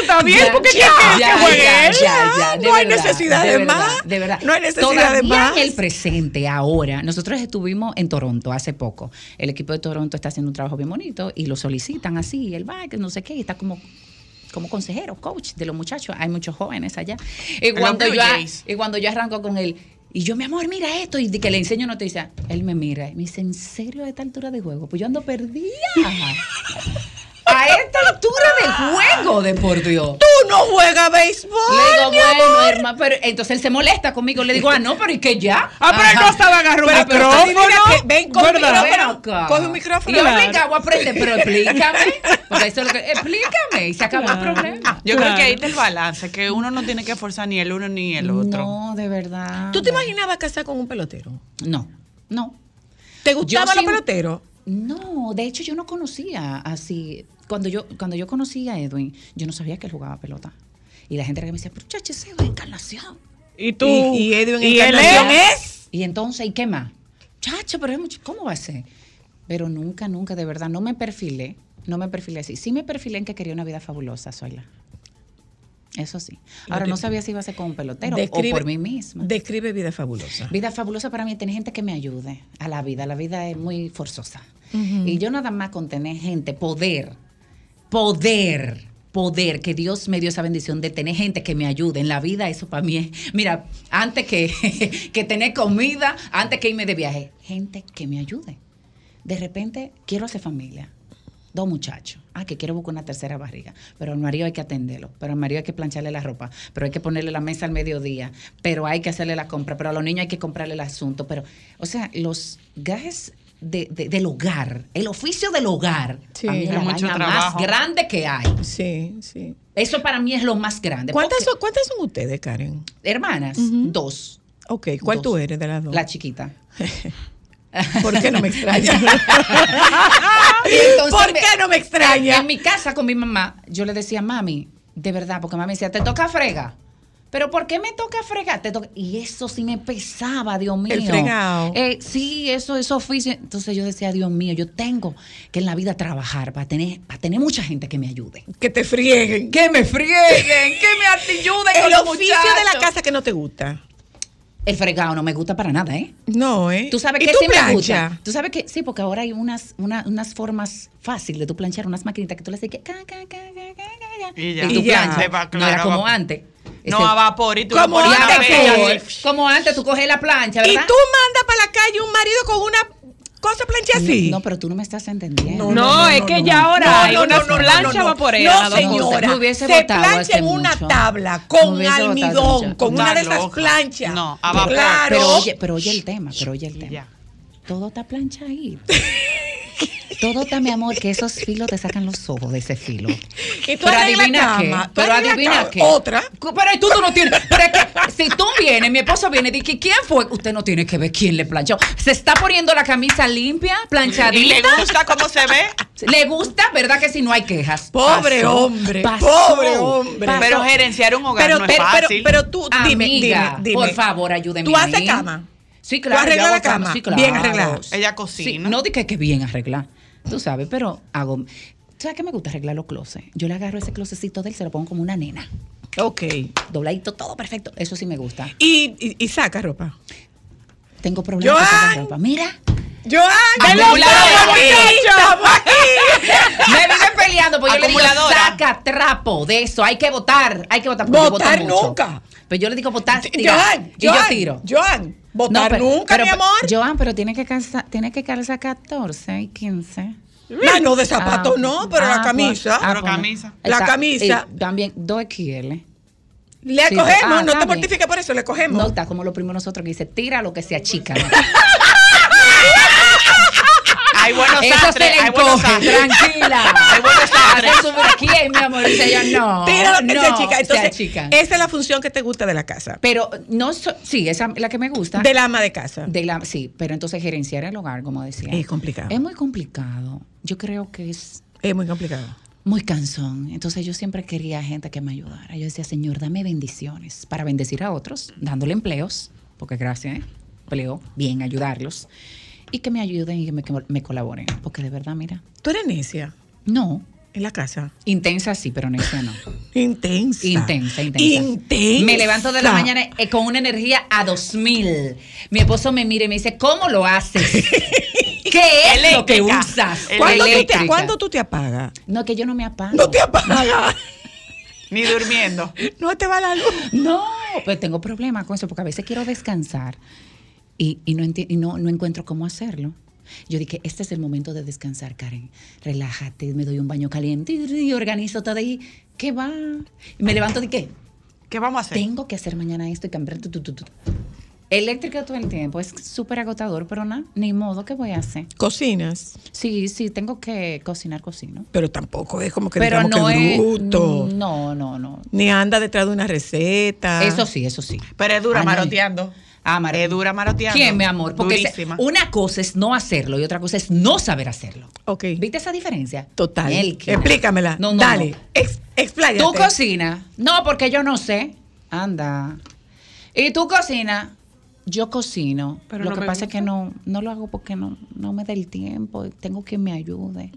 E: está
B: bien, porque ¿qué quieres que juegue
E: ya,
B: él? Ah,
E: ya, ya,
B: No hay necesidad de
E: verdad,
B: más.
E: De verdad.
B: No hay necesidad de
E: Todavía
B: más.
E: En el presente, ahora, nosotros estuvimos en Toronto hace poco. El equipo de Toronto está haciendo un trabajo bien bonito y lo solicitan así, y él va, que no sé qué, y está como como consejero, coach de los muchachos, hay muchos jóvenes allá. Y
D: Los
E: cuando,
D: Blue
E: yo, a-
D: Jays.
E: y cuando yo arranco con él, y yo, mi amor, mira esto, y de que le enseño noticias, él me mira y me dice, ¿en serio a esta altura de juego? Pues yo ando perdida. a esta altura de juego, de por Dios.
B: Tú no juegas béisbol.
E: Le digo,
B: mi amor.
E: bueno, hermano, pero entonces él se molesta conmigo. Le digo, ah, no, pero es que ya.
C: Ah, pero él
E: Ajá.
C: no sabe agarrar un
E: Ah, pero
C: micrófono.
E: tú dime que-
B: Ven con un
E: ¿verdad?
B: micrófono.
E: Ven acá.
B: Coge un micrófono.
E: Y yo,
C: Claro.
E: venga, voy a aprender, pero explícame. Porque eso es lo que. Explícame. Y se acabó el
C: Claro.
E: problema.
D: Yo
C: Claro.
D: creo que ahí está el balance, que uno no tiene que forzar ni el uno ni el otro.
E: No, de verdad.
B: ¿Tú te imaginabas casar con un pelotero?
E: No, no.
B: ¿Te gustaban los
E: sí-
B: peloteros?
E: No, de hecho yo no conocía así. Cuando yo, cuando yo conocí a Edwin, yo no sabía que él jugaba pelota. Y la gente era que me decía, pero chacho, ese es una encarnación.
C: Y tú.
B: Y- y Edwin
C: y él
B: Encarnación
C: es-
B: es.
E: Y entonces, ¿y qué más? Chacho, pero es mucho- ¿cómo va a ser? Pero nunca, nunca, de verdad, no me perfilé. No me perfilé así. Sí me perfilé en que quería una vida fabulosa, Soyla. Eso sí. Ahora, no sabía si iba a ser con un pelotero
B: Describe-
E: o por mí misma.
B: Describe vida fabulosa.
E: Vida fabulosa para mí es tener gente que me ayude a la vida. La vida es muy forzosa. Y yo nada más con tener gente, poder, poder, poder, que Dios me dio esa bendición de tener gente que me ayude en la vida, eso para mí es, mira, antes que, que tener comida, antes que irme de viaje, gente que me ayude. De repente quiero hacer familia. Dos muchachos. Ah, que quiero buscar una tercera barriga. Pero al marido hay que atenderlo. Pero al marido hay que plancharle la ropa. Pero hay que ponerle la mesa al mediodía. Pero hay que hacerle la compra. Pero a los niños hay que comprarle el asunto. Pero, o sea, los gajes de- de- del hogar, el oficio del hogar,
B: Sí,
E: para mí es
D: hay
E: la
D: mucho
E: vaina
D: trabajo.
E: más grande que hay.
B: Sí, sí.
E: Eso para mí es lo más grande.
B: ¿Cuántas
E: Porque-
B: son, ¿Cuántas son ustedes, Karen?
E: hermanas? Dos.
B: Ok, ¿cuál
E: Dos.
B: tú eres de las dos?
E: La chiquita.
B: ¿Por qué no me extraña?
E: Y entonces
B: ¿Por
E: me-
B: qué no me extraña?
E: En mi casa con mi mamá, yo le decía, mami, de verdad, porque mami decía, te toca frega. Pero ¿por qué me toca fregar? Te toca- Y eso sí me pesaba, Dios mío.
B: fregado.
E: Eh, sí, eso es oficio. Entonces yo decía, Dios mío, yo tengo que en la vida trabajar para tener, para tener mucha gente que me ayude.
B: Que te frieguen. Que me frieguen. Que me ayuden
E: con
B: El
E: los
B: oficio de la
E: muchachos.
B: casa que no te gusta.
E: El fregado no me gusta para nada, ¿eh?
B: No, ¿eh?
E: Tú sabes
B: ¿Y
E: que
B: tú
E: sí me
B: plancha?
E: gusta. Tú sabes que sí, porque ahora hay unas, una- unas formas fáciles de tú planchar, unas maquinitas que tú le haces que ca, ca, ca, ca, ca, ca,
D: Y ya.
E: tú
B: Y ya.
E: planchas.
D: Se va,
E: no era
D: claro,
E: como
D: va-
E: antes.
D: No, a vapor y tú
B: Como
D: pones una
B: antes,
D: bella
B: por-
D: y-
E: como antes, tú coges la plancha,
B: Y tú
E: ¿verdad?
B: mandas para la calle un marido con una cosa plancha así.
E: No, pero tú no me estás entendiendo.
C: No, es que ya ahora hay una plancha vaporera.
B: No,
C: la doctora.
B: señora.
E: Me hubiese
B: se
E: botado
B: plancha
E: hace
B: en una
E: mucho.
B: tabla
E: Me
B: con
E: hubiese botado
B: almidón,
E: mucho.
B: con una
D: Está
B: de esas
D: loca.
B: planchas.
D: No, a vapor.
B: Claro.
E: Pero oye, pero oye el tema, pero oye el
D: y
E: tema.
D: ya.
E: Todo está plancha ahí. Todo está, mi amor, que esos filos te sacan los ojos de ese filo.
B: y tú arreglas cama. tú
E: Pero
B: arreglas
E: adivina
B: cama.
E: qué.
B: Otra.
E: Cu- Pero tú, tú no tienes. Pero es que si tú vienes, mi esposo viene y dice: ¿Quién fue? Usted no tiene que ver quién le planchó. Se está poniendo la camisa limpia,
D: Y
E: planchadita.
D: le gusta cómo se ve.
E: Le gusta, ¿verdad? Que si no hay quejas.
B: Pobre
E: Pasó,
B: hombre,
E: pasó,
B: pobre hombre.
E: pasó.
D: Pero gerenciar un hogar
B: Pero,
D: no es
B: pero, pero,
D: fácil.
B: pero tú, dime,
E: Amiga,
B: dime, dime.
E: por favor, ayúdeme.
B: ¿Tú haces
E: ahí.
B: cama?
E: Sí,
B: ¿Tú
E: claro. yo
B: arreglas
E: hago
B: la cama?
E: Sí, claro.
B: Bien arreglada.
D: Ella
E: Sí,
D: cocina.
E: no dije que bien arreglar, tú sabes, pero hago. ¿Tú ¿Sabes qué me gusta arreglar los closets? Yo le agarro ese closetcito de él, se lo pongo como una nena.
B: Ok.
E: Dobladito, todo perfecto. Eso sí me gusta.
B: Y, y, y saca ropa.
E: Tengo problemas con
B: Joan.
E: esa ropa. Mira,
B: Joan,
D: ¡Ven los
B: Acumuladora.
D: huevos, muchacho!
B: Estamos aquí.
E: me vive peleando porque yo le digo,
D: Acumuladora.
E: saca trapo de eso. Hay que votar, hay que votar. porque yo voto
B: Votar
E: mucho.
B: nunca.
E: Pero yo le digo votar, tira.
B: Joan,
E: y yo
B: Joan,
E: tiro.
B: Joan, votar
E: No, pero-
B: nunca,
E: pero-
B: mi amor.
E: Joan, pero tiene que calzar, tiene que calzar 14 y Ah, 15.
B: No, Ah, no de zapatos, no, pero
E: pues,
B: la camisa.
D: ah, Pero camisa.
B: La camisa.
E: eh, también 2 XL.
B: le
E: sí,
B: cogemos,
E: ah,
B: no te
E: está bien.
B: mortifiques por eso, le cogemos.
E: No, está como lo primero nosotros que dice, tira lo que se achica. ¿no?
D: Hay buenos
E: Eso se
D: sastres,
E: le
D: hay buenos
E: encoge,
D: sastres.
E: tranquila.
D: Hay buenos sastres.
E: Hace subir a quién, mi amor. Dice ella, no,
B: Tira lo que
E: no,
B: sea, chica. Entonces,
E: se achican.
B: esa es la función que te gusta de la casa,
E: Pero no, so- sí, esa es la que me gusta.
B: del ama de casa.
E: De la- sí, pero entonces gerenciar el hogar, como decía.
B: Es complicado.
E: Es muy complicado. Yo creo que es
B: es muy complicado.
E: muy cansón. Entonces yo siempre quería gente que me ayudara. Yo decía, Señor, dame bendiciones para bendecir a otros, dándole empleos, porque gracias, ¿eh? empleo, bien ayudarlos, y que me ayuden y que me, que me colaboren, porque de verdad, mira,
B: Tú eres necia
E: no.
B: en la casa.
E: Intensa sí, pero necia no.
B: Intensa.
E: Intensa, intensa.
B: Intensa.
E: Me levanto de la mañana eh, con una energía a 2000. Mi esposo me mira y me dice, ¿cómo lo haces? ¿Qué es lo que
D: Eléctrica.
E: usas?
B: ¿Cuándo tú,
E: Eléctrica.
B: te, ¿Cuándo tú te apagas?
E: No, que yo no me apago.
B: No te apagas.
D: Ni durmiendo.
B: No te va la luz.
E: No, pero tengo problemas con eso porque a veces quiero descansar y, y no, enti- y no, no encuentro cómo hacerlo. Yo dije, este es el momento de descansar, Karen. Relájate, me doy un baño caliente y organizo todo ahí. ¿Qué va? Y me levanto de qué?
D: ¿Qué vamos a hacer?
E: Tengo que hacer mañana esto y cambiar. tu, tu, tu, tu. Eléctrica todo el tiempo. Es súper agotador, pero nada, ni modo, ¿qué voy a hacer?
B: Cocinas,
E: Sí, sí, tengo que cocinar, cocino.
B: pero tampoco es como que
E: Pero
B: digamos
E: no
B: que
E: es. Mm.
B: bruto.
E: No, no, no.
B: Ni anda detrás de una receta.
E: Eso sí, eso sí.
D: Pero es dura
E: Ay, no.
D: maroteando.
E: Ah, Mar-
D: Es dura maroteando.
E: ¿Quién, mi amor? Porque se-
D: Durísima.
E: una cosa es no hacerlo y otra cosa es no saber hacerlo.
B: Ok.
E: ¿Viste esa diferencia?
B: Total.
E: Mielquina.
B: Explícamela.
E: No, no,
B: Dale.
E: no.
B: Ex- expláyate.
E: ¿Tú cocinas? No, porque yo no sé. Anda. ¿Y tú cocinas? Yo cocino.
C: Pero
E: lo
C: no
E: que
C: me
E: pasa es que
C: gusta.
E: no, no lo hago porque no, no me da el tiempo. Tengo quien me ayude.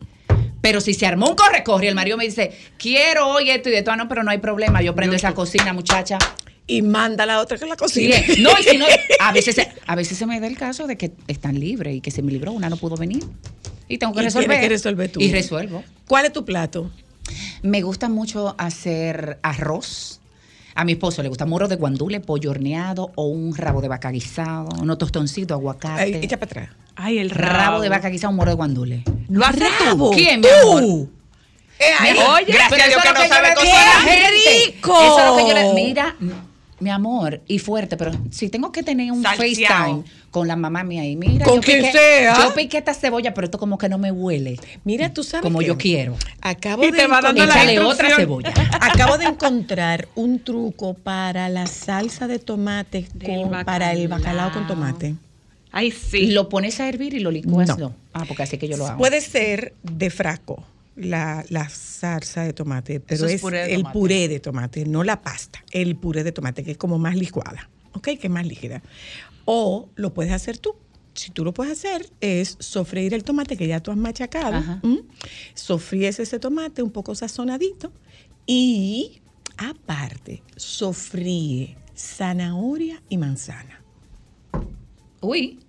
E: Pero si se armó un corre-corre, el marido me dice, quiero hoy esto y esto. Ah, no, pero no hay problema. Yo prendo esa cocina, muchacha.
B: Y manda a la otra que la
E: Sí,
B: cocine.
E: eh. no, y si no, a veces, se- a veces se me da el caso de que están libres y que se me libró, una no pudo venir. Y tengo que
B: Y tienes
E: resolver.
B: que resolver tú.
E: Y resuelvo.
B: ¿Cuál es tu plato?
E: Me gusta mucho hacer arroz. A mi esposo le gusta muro de guandule, pollo horneado o un rabo de vaca guisado, unos tostoncitos, aguacate.
B: Ay, echa para atrás.
C: Ay, el
E: rabo. de vaca guisado, un muro de guandule.
B: ¿Lo haces
E: tú? ¿Quién, mi
B: ¡Tú! Eh, ahí.
E: Mira,
D: Oye, gracias
E: pero
D: a Dios
E: eso
D: que
E: es lo
D: no
E: yo le
D: sabe
E: digo a
D: cocinar.
E: la gente.
B: ¡Rico!
E: Eso es lo que yo le Mira, m- Mm. mi amor, y fuerte, pero si tengo que tener un
D: Salseado.
E: FaceTime con la mamá mía y mira.
B: Con
E: yo
B: quien
E: piqué-
B: sea.
E: Yo piqué esta cebolla, pero esto como que no me huele.
B: Mira, tú sabes
E: Como
B: qué?
E: yo quiero.
B: Acabo
C: Y
B: de
C: te va dando
B: encontrar-
C: la
E: Échale otra cebolla.
C: instrucción.
B: Acabo de encontrar un truco para la salsa de tomate
C: Del
B: con- para el bacalao
C: bacalao.
B: con tomate.
C: Ay,
E: Y
C: sí.
E: lo pones a hervir y lo licúas.
B: No.
E: No. Ah, porque así que yo lo hago.
B: Puede ser de frasco. la, la salsa de tomate, pero
D: es
B: es,
D: puré de
B: el
D: tomate.
B: puré de tomate, no la pasta, el puré de tomate, que es como más licuada, ¿ok? Que es más líquida. O lo puedes hacer tú. Si tú lo puedes hacer, es sofreír el tomate que ya tú has machacado.
E: Ajá.
B: ¿m? Sofríes ese tomate un poco sazonadito y aparte sofríe zanahoria y manzana.
E: Uy.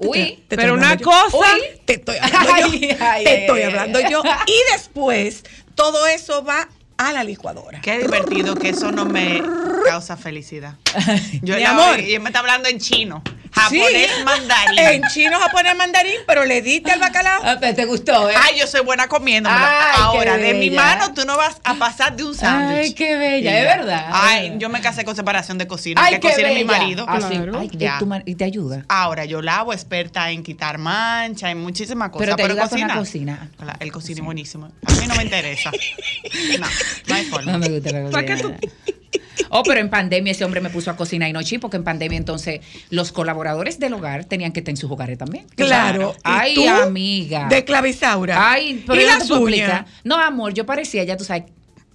B: Te estoy-
E: Uy.
B: te estoy
C: pero una
B: hablando yo.
C: cosa-
B: Uy, te estoy hablando yo.
E: Ay, ay,
B: te
E: ay,
B: estoy
E: ay,
B: hablando yo. Y después, todo eso va a la licuadora.
D: Qué divertido que eso no me causa felicidad. Yo
B: Mi
D: la-
B: amor.
D: Y él me está hablando en chino. Japonés
B: Sí.
D: mandarín.
B: En chino, japonés, mandarín, pero le diste al bacalao.
E: Ah, pero te gustó, ¿eh?
D: Ay, yo soy buena comiendo. mira.
E: Ay, qué
D: Ahora, de mi
E: bella.
D: mano tú no vas a pasar de un sándwich.
E: Ay, qué bella, es verdad. es
D: Ay,
E: verdad.
D: yo me casé con separación de cocina.
E: Ay,
D: que
E: qué
D: cocina
E: bella.
D: mi marido.
E: Ah, sí.
C: Claro.
E: Ay,
D: Ya.
E: y, tu mar- y te ayuda.
D: Ahora, yo lavo experta en quitar mancha, en muchísimas cosas.
E: Pero te ayuda con la cocina.
D: Hola, El cocina es buenísimo. A mí no me interesa. No, no hay forma.
E: No me gusta la
C: ¿Para qué tú-
E: cocina. Oh, pero en pandemia ese hombre me puso a cocinar y no chi, porque en pandemia entonces los colaboradores del hogar tenían que estar en sus hogares también.
B: Claro. ¿Y
E: Ay,
B: tú?
E: amiga.
B: De clavisaura.
E: Ay, pero
B: y
E: yo no
B: la
E: te puedo explicar.
B: suya.
E: No, amor, yo parecía, ya tú sabes,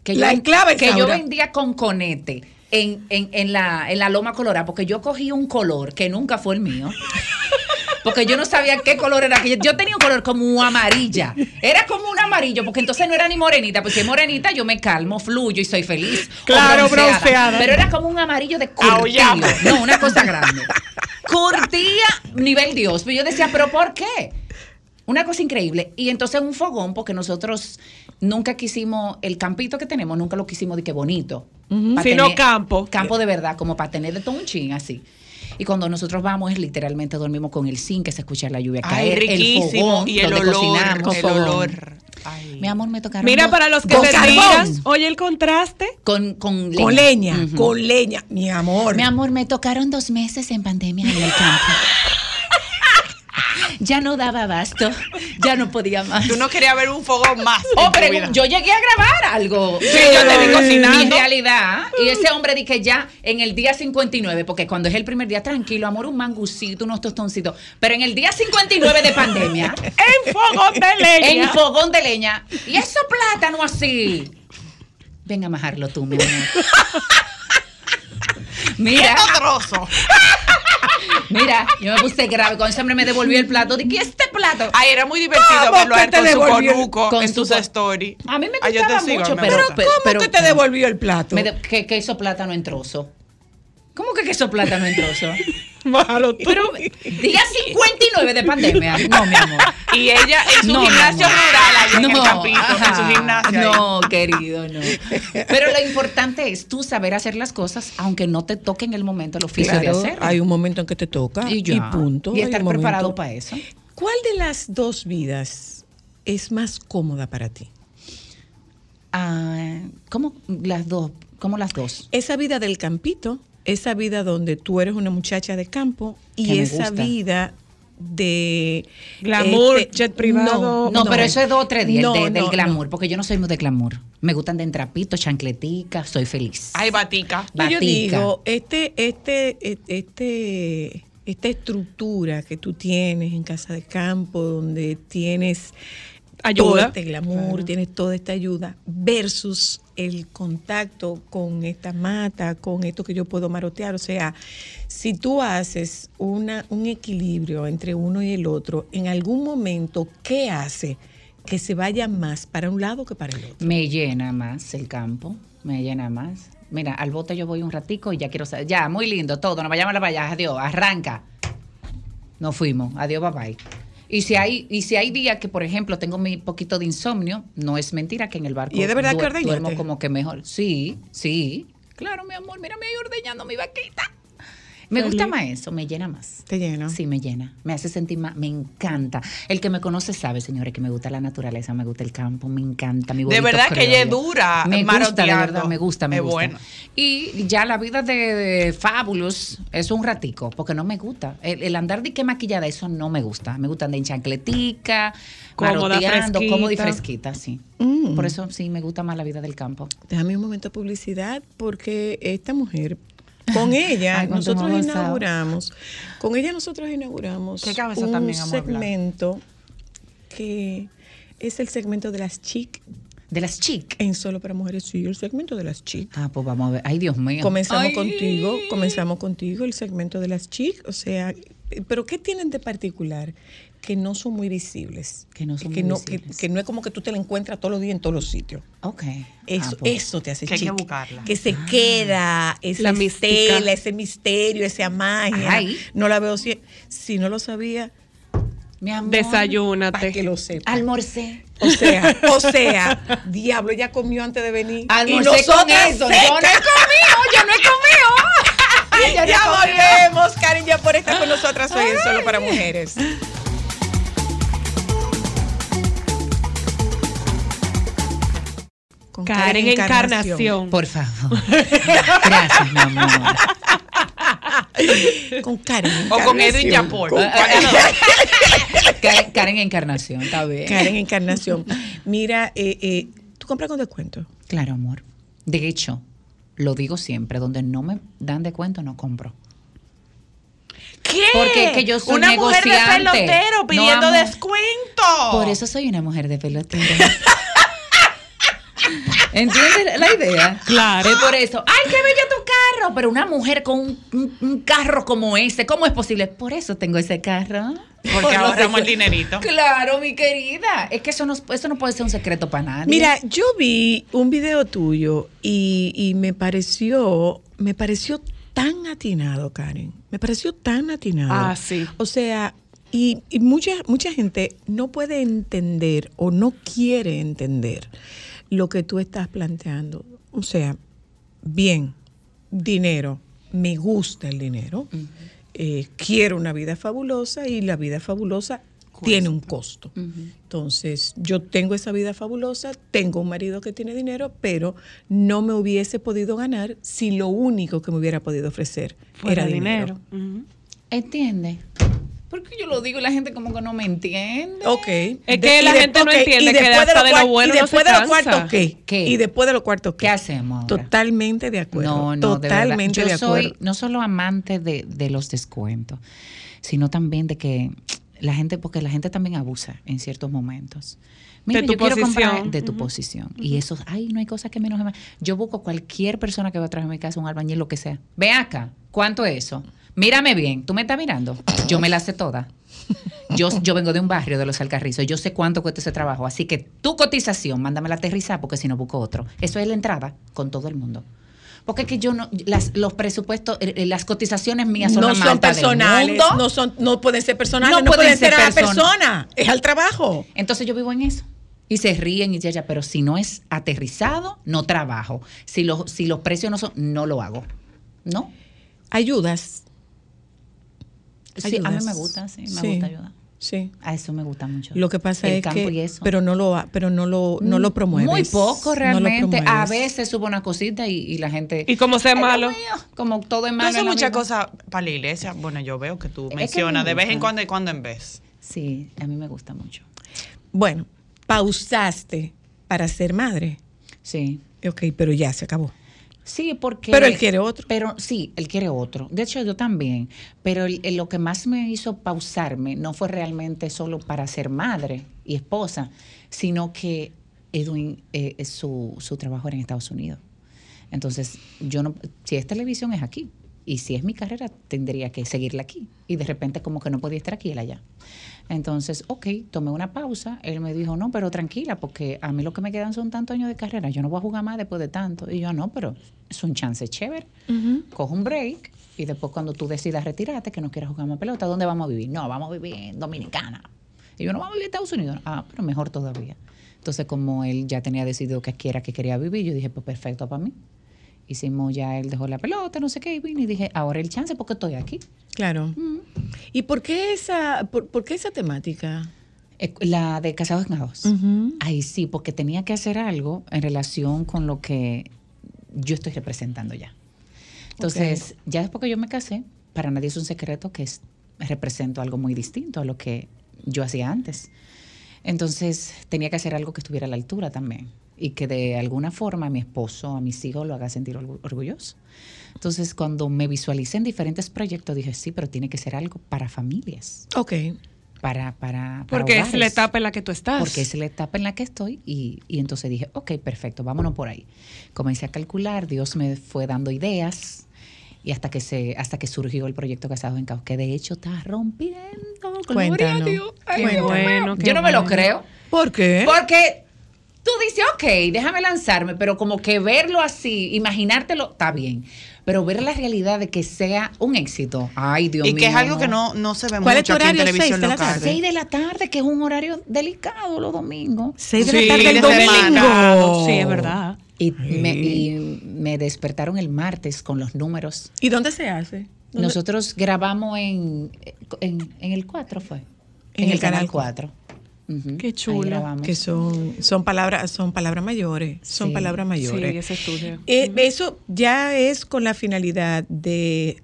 E: que,
B: La
E: yo,
B: esclava
E: que yo
B: Isaura.
E: vendía con conete en, en, en la, en la loma colorada, porque yo cogí un color que nunca fue el mío. Porque yo no sabía qué color era. aquello. Yo tenía un color como amarilla. Era como un amarillo, porque entonces no era ni morenita. Porque si es morenita, yo me calmo, fluyo y soy feliz. O
B: Claro, bronceada. Ah,
E: Pero era como un amarillo de curtido.
D: Aullame.
E: No, una cosa grande. Curtía nivel Dios. Pero yo decía, ¿pero por qué? Una cosa increíble. Y entonces un fogón, porque nosotros nunca quisimos, el campito que tenemos, nunca lo quisimos de que bonito. Pa'
C: Sino
E: tener-
C: campo.
E: Campo de verdad, como para tener de todo un chin así. Y cuando nosotros vamos, es literalmente dormimos con el zinc, que se escucha la lluvia
D: Ay,
E: caer, el
D: riquísimo.
E: fogón,
D: y el
E: donde
D: olor.
E: cocinamos,
D: El
E: fogón.
D: olor. Ay.
E: Mi amor, me tocaron.
C: Mira,
E: dos-
C: para los que
E: con
C: se
E: carbón.
C: tiran, oye el contraste.
E: Con, con
B: Con leña,
E: Ujú.
B: con leña, mi amor.
E: Mi amor, me tocaron dos meses en pandemia en el campo. ya no daba abasto, ya no podía más.
D: Tú no querías ver un fogón más.
E: Oh,
D: en tu
E: pero
D: vida.
E: yo llegué a grabar algo.
D: Sí, yo te vi cocinando.
E: En realidad. Y ese hombre dije ya en el día 59, porque cuando es el primer día, tranquilo, amor, un mangucito, unos tostoncitos. Pero en el día 59 de pandemia,
C: En fogón de leña.
E: en fogón de leña, y eso plátano así. Ven a majarlo tú, mi amor. Mira,
D: Qué trozo.
E: mira, yo me puse grave. Cuando ese hombre me devolvió el plato, dije, ¿y este plato?
D: Ay, era muy divertido
B: ¿Cómo
D: verlo a él
B: que te
D: con su
B: devolvió el-
D: conuco
E: con
D: en
E: su
D: sus
E: co-
D: stories.
E: A mí me
D: Ay, yo te
E: gustaba
D: sigo,
E: mucho,
D: me
E: pero-
D: gusta.
B: ¿Cómo
E: pero-
B: que te devolvió el plato?
E: Me de- que, que eso plátano en trozo. ¿Cómo que queso plátano en trozo?
B: Bájalo tú.
E: Pero día 59 de pandemia. No, mi amor.
D: Y ella en su
E: No, mi
D: gimnasio
E: amor.
D: rural, allá en el
E: No,
D: campito, en
E: ajá.
D: su gimnasio. ahí.
E: No, querido, no. Pero lo importante es tú saber hacer las cosas, aunque no te toque en el momento el oficio de
B: Claro,
E: hacerlo.
B: hay un momento en que te toca y,
E: ya.
B: punto.
E: Y
B: hay
E: estar
B: un momento.
E: preparado para eso.
B: ¿Cuál de las dos vidas es más cómoda para ti?
E: Ah, ¿Cómo las dos? ¿Cómo las dos?
B: Esa vida del campito, esa vida donde tú eres una muchacha de campo
E: Que
B: y
E: me
B: esa
E: gusta.
B: vida de eh,
C: Glamour, jet privado.
E: No, pero eso es dos o tres días
B: No,
E: de- del
B: no,
E: glamour, porque yo no soy muy de glamour. Me gustan de entrapito, chancletica, soy feliz.
D: Ay, batica.
B: no. Yo
E: batica.
B: digo, este, este, et- este, esta estructura que tú tienes en casa de campo, donde tienes todo
C: Ayuda.
B: este glamour, tienes toda esta ayuda, versus el contacto con esta mata, con esto que yo puedo marotear. O sea, si tú haces una, un equilibrio entre uno y el otro, en algún momento, ¿qué hace? Que se vaya más para un lado que para el otro.
E: Me llena más el campo, me llena más. Mira, al bote yo voy un ratico y ya quiero saber. Ya, muy lindo todo, nos vayamos a la playa, adiós, arranca. Nos fuimos, adiós, bye bye. Y si hay, y si hay días que, por ejemplo, tengo mi poquito de insomnio, no es mentira que en el barco
B: ¿Y es de verdad que
E: duer- duermo
B: ordeñaste?
E: como que mejor. Sí, sí. Claro, mi amor, mírame ahí ordeñando mi vaquita. Me gusta más eso, me llena más.
B: Te lleno.
E: Sí, me llena. Me hace sentir más. Me encanta. El que me conoce sabe, señores, que me gusta la naturaleza, me gusta el campo, me encanta mi
D: De
E: bonito
D: verdad que ella es
E: criollo.
D: dura
E: Me gusta, de
D: maroteando.
E: verdad, me gusta, me
D: Es
E: gusta.
D: bueno.
E: Y ya la vida de, de Fabulous es un ratico, porque no me gusta. El, el andar de que maquillada, eso no me gusta. Me gusta andar en chancletica,
C: Cómoda,
E: maroteando, cómoda y
C: fresquita.
E: fresquita, sí.
B: Mm.
E: Por eso sí me gusta más la vida del campo.
B: Déjame un momento de publicidad porque esta mujer, con ella
E: Ay, cuánto
B: nosotros
E: hemos gozado.
B: inauguramos, con ella nosotros inauguramos
D: Qué cabeza
B: un
D: también, vamos a hablar.
B: segmento que es el segmento de las chic
E: De las chic.
B: en Solo para Mujeres. Sí, el segmento de las chic.
E: Ah, pues vamos a ver. Ay, Dios mío.
B: Comenzamos
E: Ay.
B: contigo, comenzamos contigo el segmento de las chic, o sea, pero ¿qué tienen de particular? Que no son muy visibles.
E: Que no son
B: que
E: muy
B: no, que-
E: visibles.
B: Que, no es como que tú te la encuentras todos los días en todos los sitios.
E: Ok.
B: Eso,
E: Ah, pues. Ah,
B: eso te hace
D: Que hay que
B: chic.
D: buscarla.
B: Que se queda esa
C: La mística.
B: estela, ese misterio, esa magia.
E: Ay.
B: No la veo si, si no lo sabía,
E: Mi amor.
B: para que
C: Desayúnate.
B: lo sepa.
E: Almorcé.
B: O sea, o sea, diablo, ella comió antes de venir. y
E: Almorcé
B: nosotros
E: con eso. Yo no he comido. Yo no he comido. Ay, yo no he
B: Ya
E: comido.
B: volvemos, Karen, ya por estar con nosotras hoy en Solo para Mujeres. Con
C: Karen Encarnación.
E: Por favor. Gracias, mi amor.
B: Con Karen
D: O
B: Encarnación.
D: con Eh, Edwin Yapor.
E: Karen, Karen Encarnación, está bien.
B: Karen Encarnación. Mira, eh, eh, ¿tú compras con descuento?
E: Claro, amor. De hecho, lo digo siempre, donde no me dan de cuento, no compro.
D: ¿Qué?
E: Porque es que yo soy
D: Una mujer de
E: negociante.
D: pelotero
E: No,
D: pidiendo
E: amor.
D: descuento.
E: Por eso soy una mujer de pelotero. ¿Entiendes la idea?
C: Claro.
E: Es por eso. ¡Ay, qué bello tu carro! Pero una mujer con un, un- un carro como ese, ¿cómo es posible? Por eso tengo ese carro.
D: Porque
B: Por los
D: ahorramos el
B: descuentos.
D: dinerito.
E: Claro, mi querida. Es que eso no, eso no puede ser un secreto para nadie.
B: Mira, yo vi un video tuyo y, y me pareció, me pareció tan atinado, Karen. Me pareció tan atinado.
C: Ah, sí.
B: O sea, y, y mucha, mucha gente no puede entender o no quiere entender lo que tú estás planteando. O sea, bien, dinero, me gusta el dinero, eh, quiero una vida fabulosa y la vida fabulosa tiene un costo. Entonces, yo tengo esa vida fabulosa, tengo un marido que tiene dinero, pero no me hubiese podido ganar si lo único que me hubiera podido ofrecer
C: Fuera
B: era
C: dinero.
B: dinero.
C: Ujú.
E: ¿Entiendes? Porque yo lo digo y la gente como que no me entiende.
B: Ok.
C: Es
B: De-
C: que la
B: y de-
C: gente no
B: ok,
C: entiende
B: y
C: que
B: después
C: hasta de lo
B: cuar-
C: bueno
B: Y
C: no
B: después
C: se
B: de lo
C: cansa.
B: cuarto, ¿qué?
E: ¿Qué?
B: Y después de lo cuarto, ¿qué?
E: ¿Qué hacemos ahora?
B: Totalmente de acuerdo.
E: No, no, de verdad.
B: Totalmente
E: Yo
B: de, acuerdo.
E: soy no solo amante de, de los descuentos, sino también de que la gente, porque la gente también abusa en ciertos momentos. Mira,
C: De tu
E: yo quiero comprar
C: posición.
E: de tu
C: Ujú.
E: posición. Y eso, ay, no hay cosa que menos. me- Yo busco cualquier persona que va atrás de mi casa, un albañil, lo que sea. Ve acá, ¿cuánto es eso? Mírame bien, tú me estás mirando. Yo me la sé toda. Yo, yo vengo de un barrio de los Alcarrizos, yo sé cuánto cuesta ese trabajo, así que tu cotización, mándamela aterrizar porque si no busco otro. Eso es la entrada con todo el mundo. Porque es que yo no, las, los presupuestos, eh, eh, las cotizaciones mías son
B: no
E: las más
B: son
E: altas del
B: personales,
E: mundo.
B: no son, no pueden ser personales, no,
E: No
B: pueden,
E: pueden
B: ser,
E: ser
B: a la
E: persona.
B: persona, es al trabajo.
E: Entonces yo vivo en eso. Y se ríen y ya, ya, pero si no es aterrizado, no trabajo. Si los, si los precios no son, no lo hago. ¿No?
B: Ayudas.
E: Sí, a mí
B: Ayudas.
E: me gusta, sí, me gusta ayudar.
B: Sí.
E: A eso me gusta mucho.
B: Lo que pasa
E: El
B: es
E: campo
B: que,
E: y eso.
B: pero no lo, ha- pero no lo, no lo promueves.
E: Mm, Muy
B: no
E: poco
B: lo
E: realmente. a
B: promueves.
E: veces subo una cosita y, y la gente.
C: Y como sea
E: "Ay, Dios
C: malo".
E: mío", Como todo es
D: Tú
E: malo.
D: haces
E: es lo
D: muchas
E: mismo.
D: cosas para la iglesia. Bueno, yo veo que tú
E: Es que me
D: mencionas de vez en
E: gusta.
D: cuando y cuando en vez.
E: Sí, a mí me gusta mucho.
B: Bueno, pausaste para ser madre.
E: Sí.
B: Ok, pero ya se acabó.
E: Sí, porque.
B: Pero él quiere otro.
E: Pero sí, él quiere otro. De hecho, yo también. Pero el- el- lo que más me hizo pausarme no fue realmente solo para ser madre y esposa, sino que Edwin, eh, eh, su, su trabajo era en Estados Unidos. Entonces, yo no. Si es televisión, es aquí. Y si es mi carrera, tendría que seguirla aquí. Y de repente, como que no podía estar aquí, él allá. Entonces, ok, tomé una pausa. Él me dijo, no, pero tranquila, porque a mí lo que me quedan son tantos años de carrera. Yo no voy a jugar más después de tanto. Y yo, no, pero es un chance chévere. Coge un break y después cuando tú decidas retirarte, que no quieras jugar más pelota, ¿dónde vamos a vivir? No, vamos a vivir en Dominicana. Y yo, no, vamos a vivir en Estados Unidos. Ah, pero mejor todavía. Entonces, como él ya tenía decidido que quiera que quería vivir, yo dije, pues perfecto para mí. Hicimos ya, él dejó la pelota, no sé qué, y vine y dije, ahora el chance porque estoy aquí.
B: Claro.
E: Mm.
B: ¿Y por qué esa, por, por qué esa temática?
E: Eh, La de Casados en Caos.
B: Ujú.
E: Ay, sí, porque tenía que hacer algo en relación con lo que yo estoy representando ya. Entonces, ya después que yo me casé, para nadie es un secreto que es- represento algo muy distinto a lo que yo hacía antes. Entonces, tenía que hacer algo que estuviera a la altura también y que de alguna forma a mi esposo, a mis hijos, lo haga sentir orgu- orgulloso. Entonces, cuando me visualicé en diferentes proyectos, dije, sí, pero tiene que ser algo para familias.
B: Ok.
E: para, para, para
C: Porque es
E: hogares.
C: la etapa en la que tú estás.
E: Porque es la etapa en la que estoy y, y entonces dije, ok, perfecto, vámonos por ahí. Comencé a calcular, Dios me fue dando ideas y hasta que se hasta que surgió el proyecto Casados en Caos, que de hecho está rompiendo. Gloria a
B: Cuéntanos.
E: Dios. Ay,
B: Qué
E: Dios
C: bueno,
E: mío.
C: qué
E: Yo no me lo
C: bueno.
E: creo.
B: ¿Por
E: ¿Eh?
B: qué?
E: Porque tú dices, ok, déjame lanzarme, pero como que verlo así, imaginártelo, está bien. Pero ver la realidad de que sea un éxito, ay Dios
D: Y
E: mío.
D: que es algo que no, no se ve
B: ¿Cuál es
D: mucho aquí
B: tu
D: en
B: horario?
D: televisión
B: ¿Seis de la
D: local.
B: tarde?
E: Seis de la tarde, que es un horario delicado los domingos.
B: Seis de
D: Sí,
B: la tarde el
D: de semana.
B: domingo.
C: Sí, es verdad.
E: Y me, y me despertaron el martes con los números.
B: ¿Y dónde se hace? ¿Dónde-
E: Nosotros grabamos en, en, en el 4, ¿fue?
B: En el canal
E: 4. Ujú,
C: Qué
E: ahí
C: chulo.
E: grabamos.
B: Que son, son palabras, son palabras mayores. Son
E: Sí,
B: palabras mayores.
C: Sí, ese estudio.
B: Eh, eso ya es con la finalidad de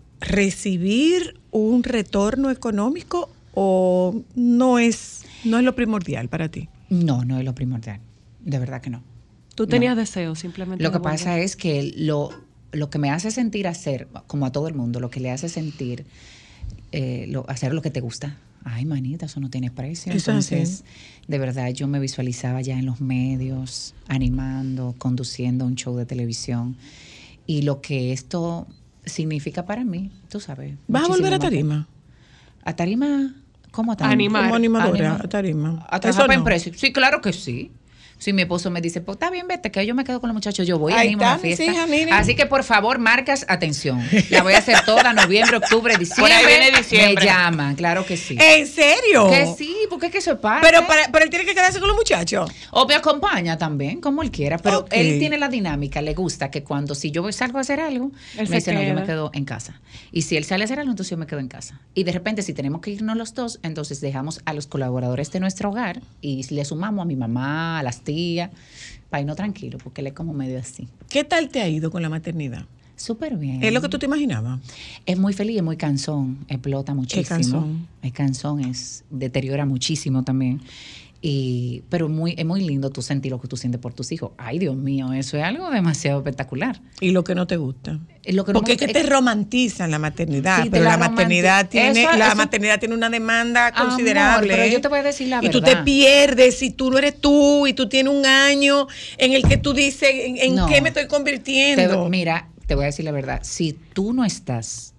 B: recibir un retorno económico o no es no es lo primordial para ti.
E: No, no es lo primordial. De verdad que no.
C: Tú tenías deseos, simplemente.
E: Lo que pasa es que lo, lo que me hace sentir hacer, como a todo el mundo, lo que le hace sentir eh, lo- hacer lo que te gusta. Ay, manita, eso no tiene precio.
B: Eso es así.
E: Entonces, de verdad, yo me visualizaba ya en los medios, animando, conduciendo un show de televisión. Y lo que esto significa para mí, tú sabes.
B: ¿Vas a
E: muchísimo
B: volver a
E: más.
B: tarima?
E: ¿A tarima? ¿Cómo a tarima?
C: Animar.
B: Como animadora
E: Anima-
B: a tarima.
E: ¿A
B: Eso
E: trabajar para
B: no.
E: empresa? Sí, claro que sí. Si mi esposo me dice, pues está bien, vete, que yo me quedo con los muchachos, yo voy a
B: Ahí
E: animo a la
B: está, mis
E: fiesta.
B: hijas, miren.
E: Así que por favor, marcas atención. La voy a hacer toda noviembre, octubre, diciembre.
D: viene diciembre.
E: Me llaman, claro que sí.
B: ¿En serio?
E: Que sí, porque es que eso es parte.
B: Pero para, pero él tiene que quedarse con los muchachos.
E: O me acompaña también, como él quiera. Pero
B: Ok.
E: él tiene la dinámica, le gusta que cuando si yo voy salgo a hacer algo,
C: Él se
E: me dice, no, yo
C: queda".
E: me quedo en casa. Y si él sale a hacer algo, entonces yo me quedo en casa. Y de repente, si tenemos que irnos los dos, entonces dejamos a los colaboradores de nuestro hogar y le sumamos a mi mamá, a las tías, para irnos tranquilo, porque él es como medio así.
B: ¿Qué tal te ha ido con la maternidad?
E: Súper bien.
B: ¿Es lo que tú te imaginabas?
E: Es muy feliz, es muy cansón, explota muchísimo.
B: cansón?
E: Es cansón, es, deteriora muchísimo también. Y, pero muy, es muy lindo tú sentir lo que tú sientes por tus hijos. Ay, Dios mío, eso es algo demasiado espectacular.
B: ¿Y lo que no te gusta?
E: Eh, Lo que no me-
B: Porque es que este te romantizan la maternidad,
E: Sí, te
B: pero
E: la
B: la, maternidad
E: romanti-
B: tiene
E: Eso-
B: la
E: eso-
B: maternidad tiene una demanda
E: Amor,
B: considerable.
E: pero
B: ¿eh?
E: yo te voy a decir la
B: Y tú te
E: verdad.
B: pierdes y tú no eres tú y tú tienes un año en el que tú dices en, en
E: No.
B: qué me estoy
E: te-
B: convirtiendo.
E: mira, te voy a decir la verdad. Si tú no estás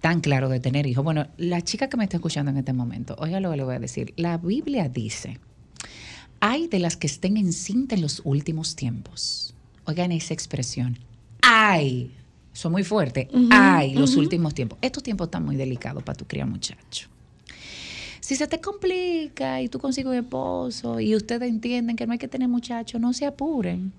E: tan claro de tener hijos, bueno, la chica que me está escuchando en este momento, oiga lo que le voy a decir. La Biblia dice, hay de las que estén encinta en los últimos tiempos. Oigan esa expresión. Hay. Son muy fuerte. Hay los últimos tiempos. Estos tiempos están muy delicados para tu cría muchacho. Si se te complica y tú consigues un esposo y ustedes entienden que no hay que tener muchachos, no se apuren.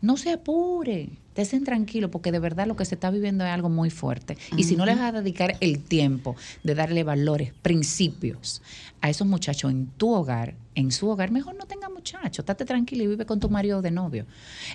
E: No se apuren. Estén tranquilos porque de verdad lo que se está viviendo es algo muy fuerte. Y si no les vas a dedicar el tiempo de darle valores, principios a esos muchachos en tu hogar, en su hogar, mejor no tenga muchachos. Estate tranquilo y vive con tu marido de novio.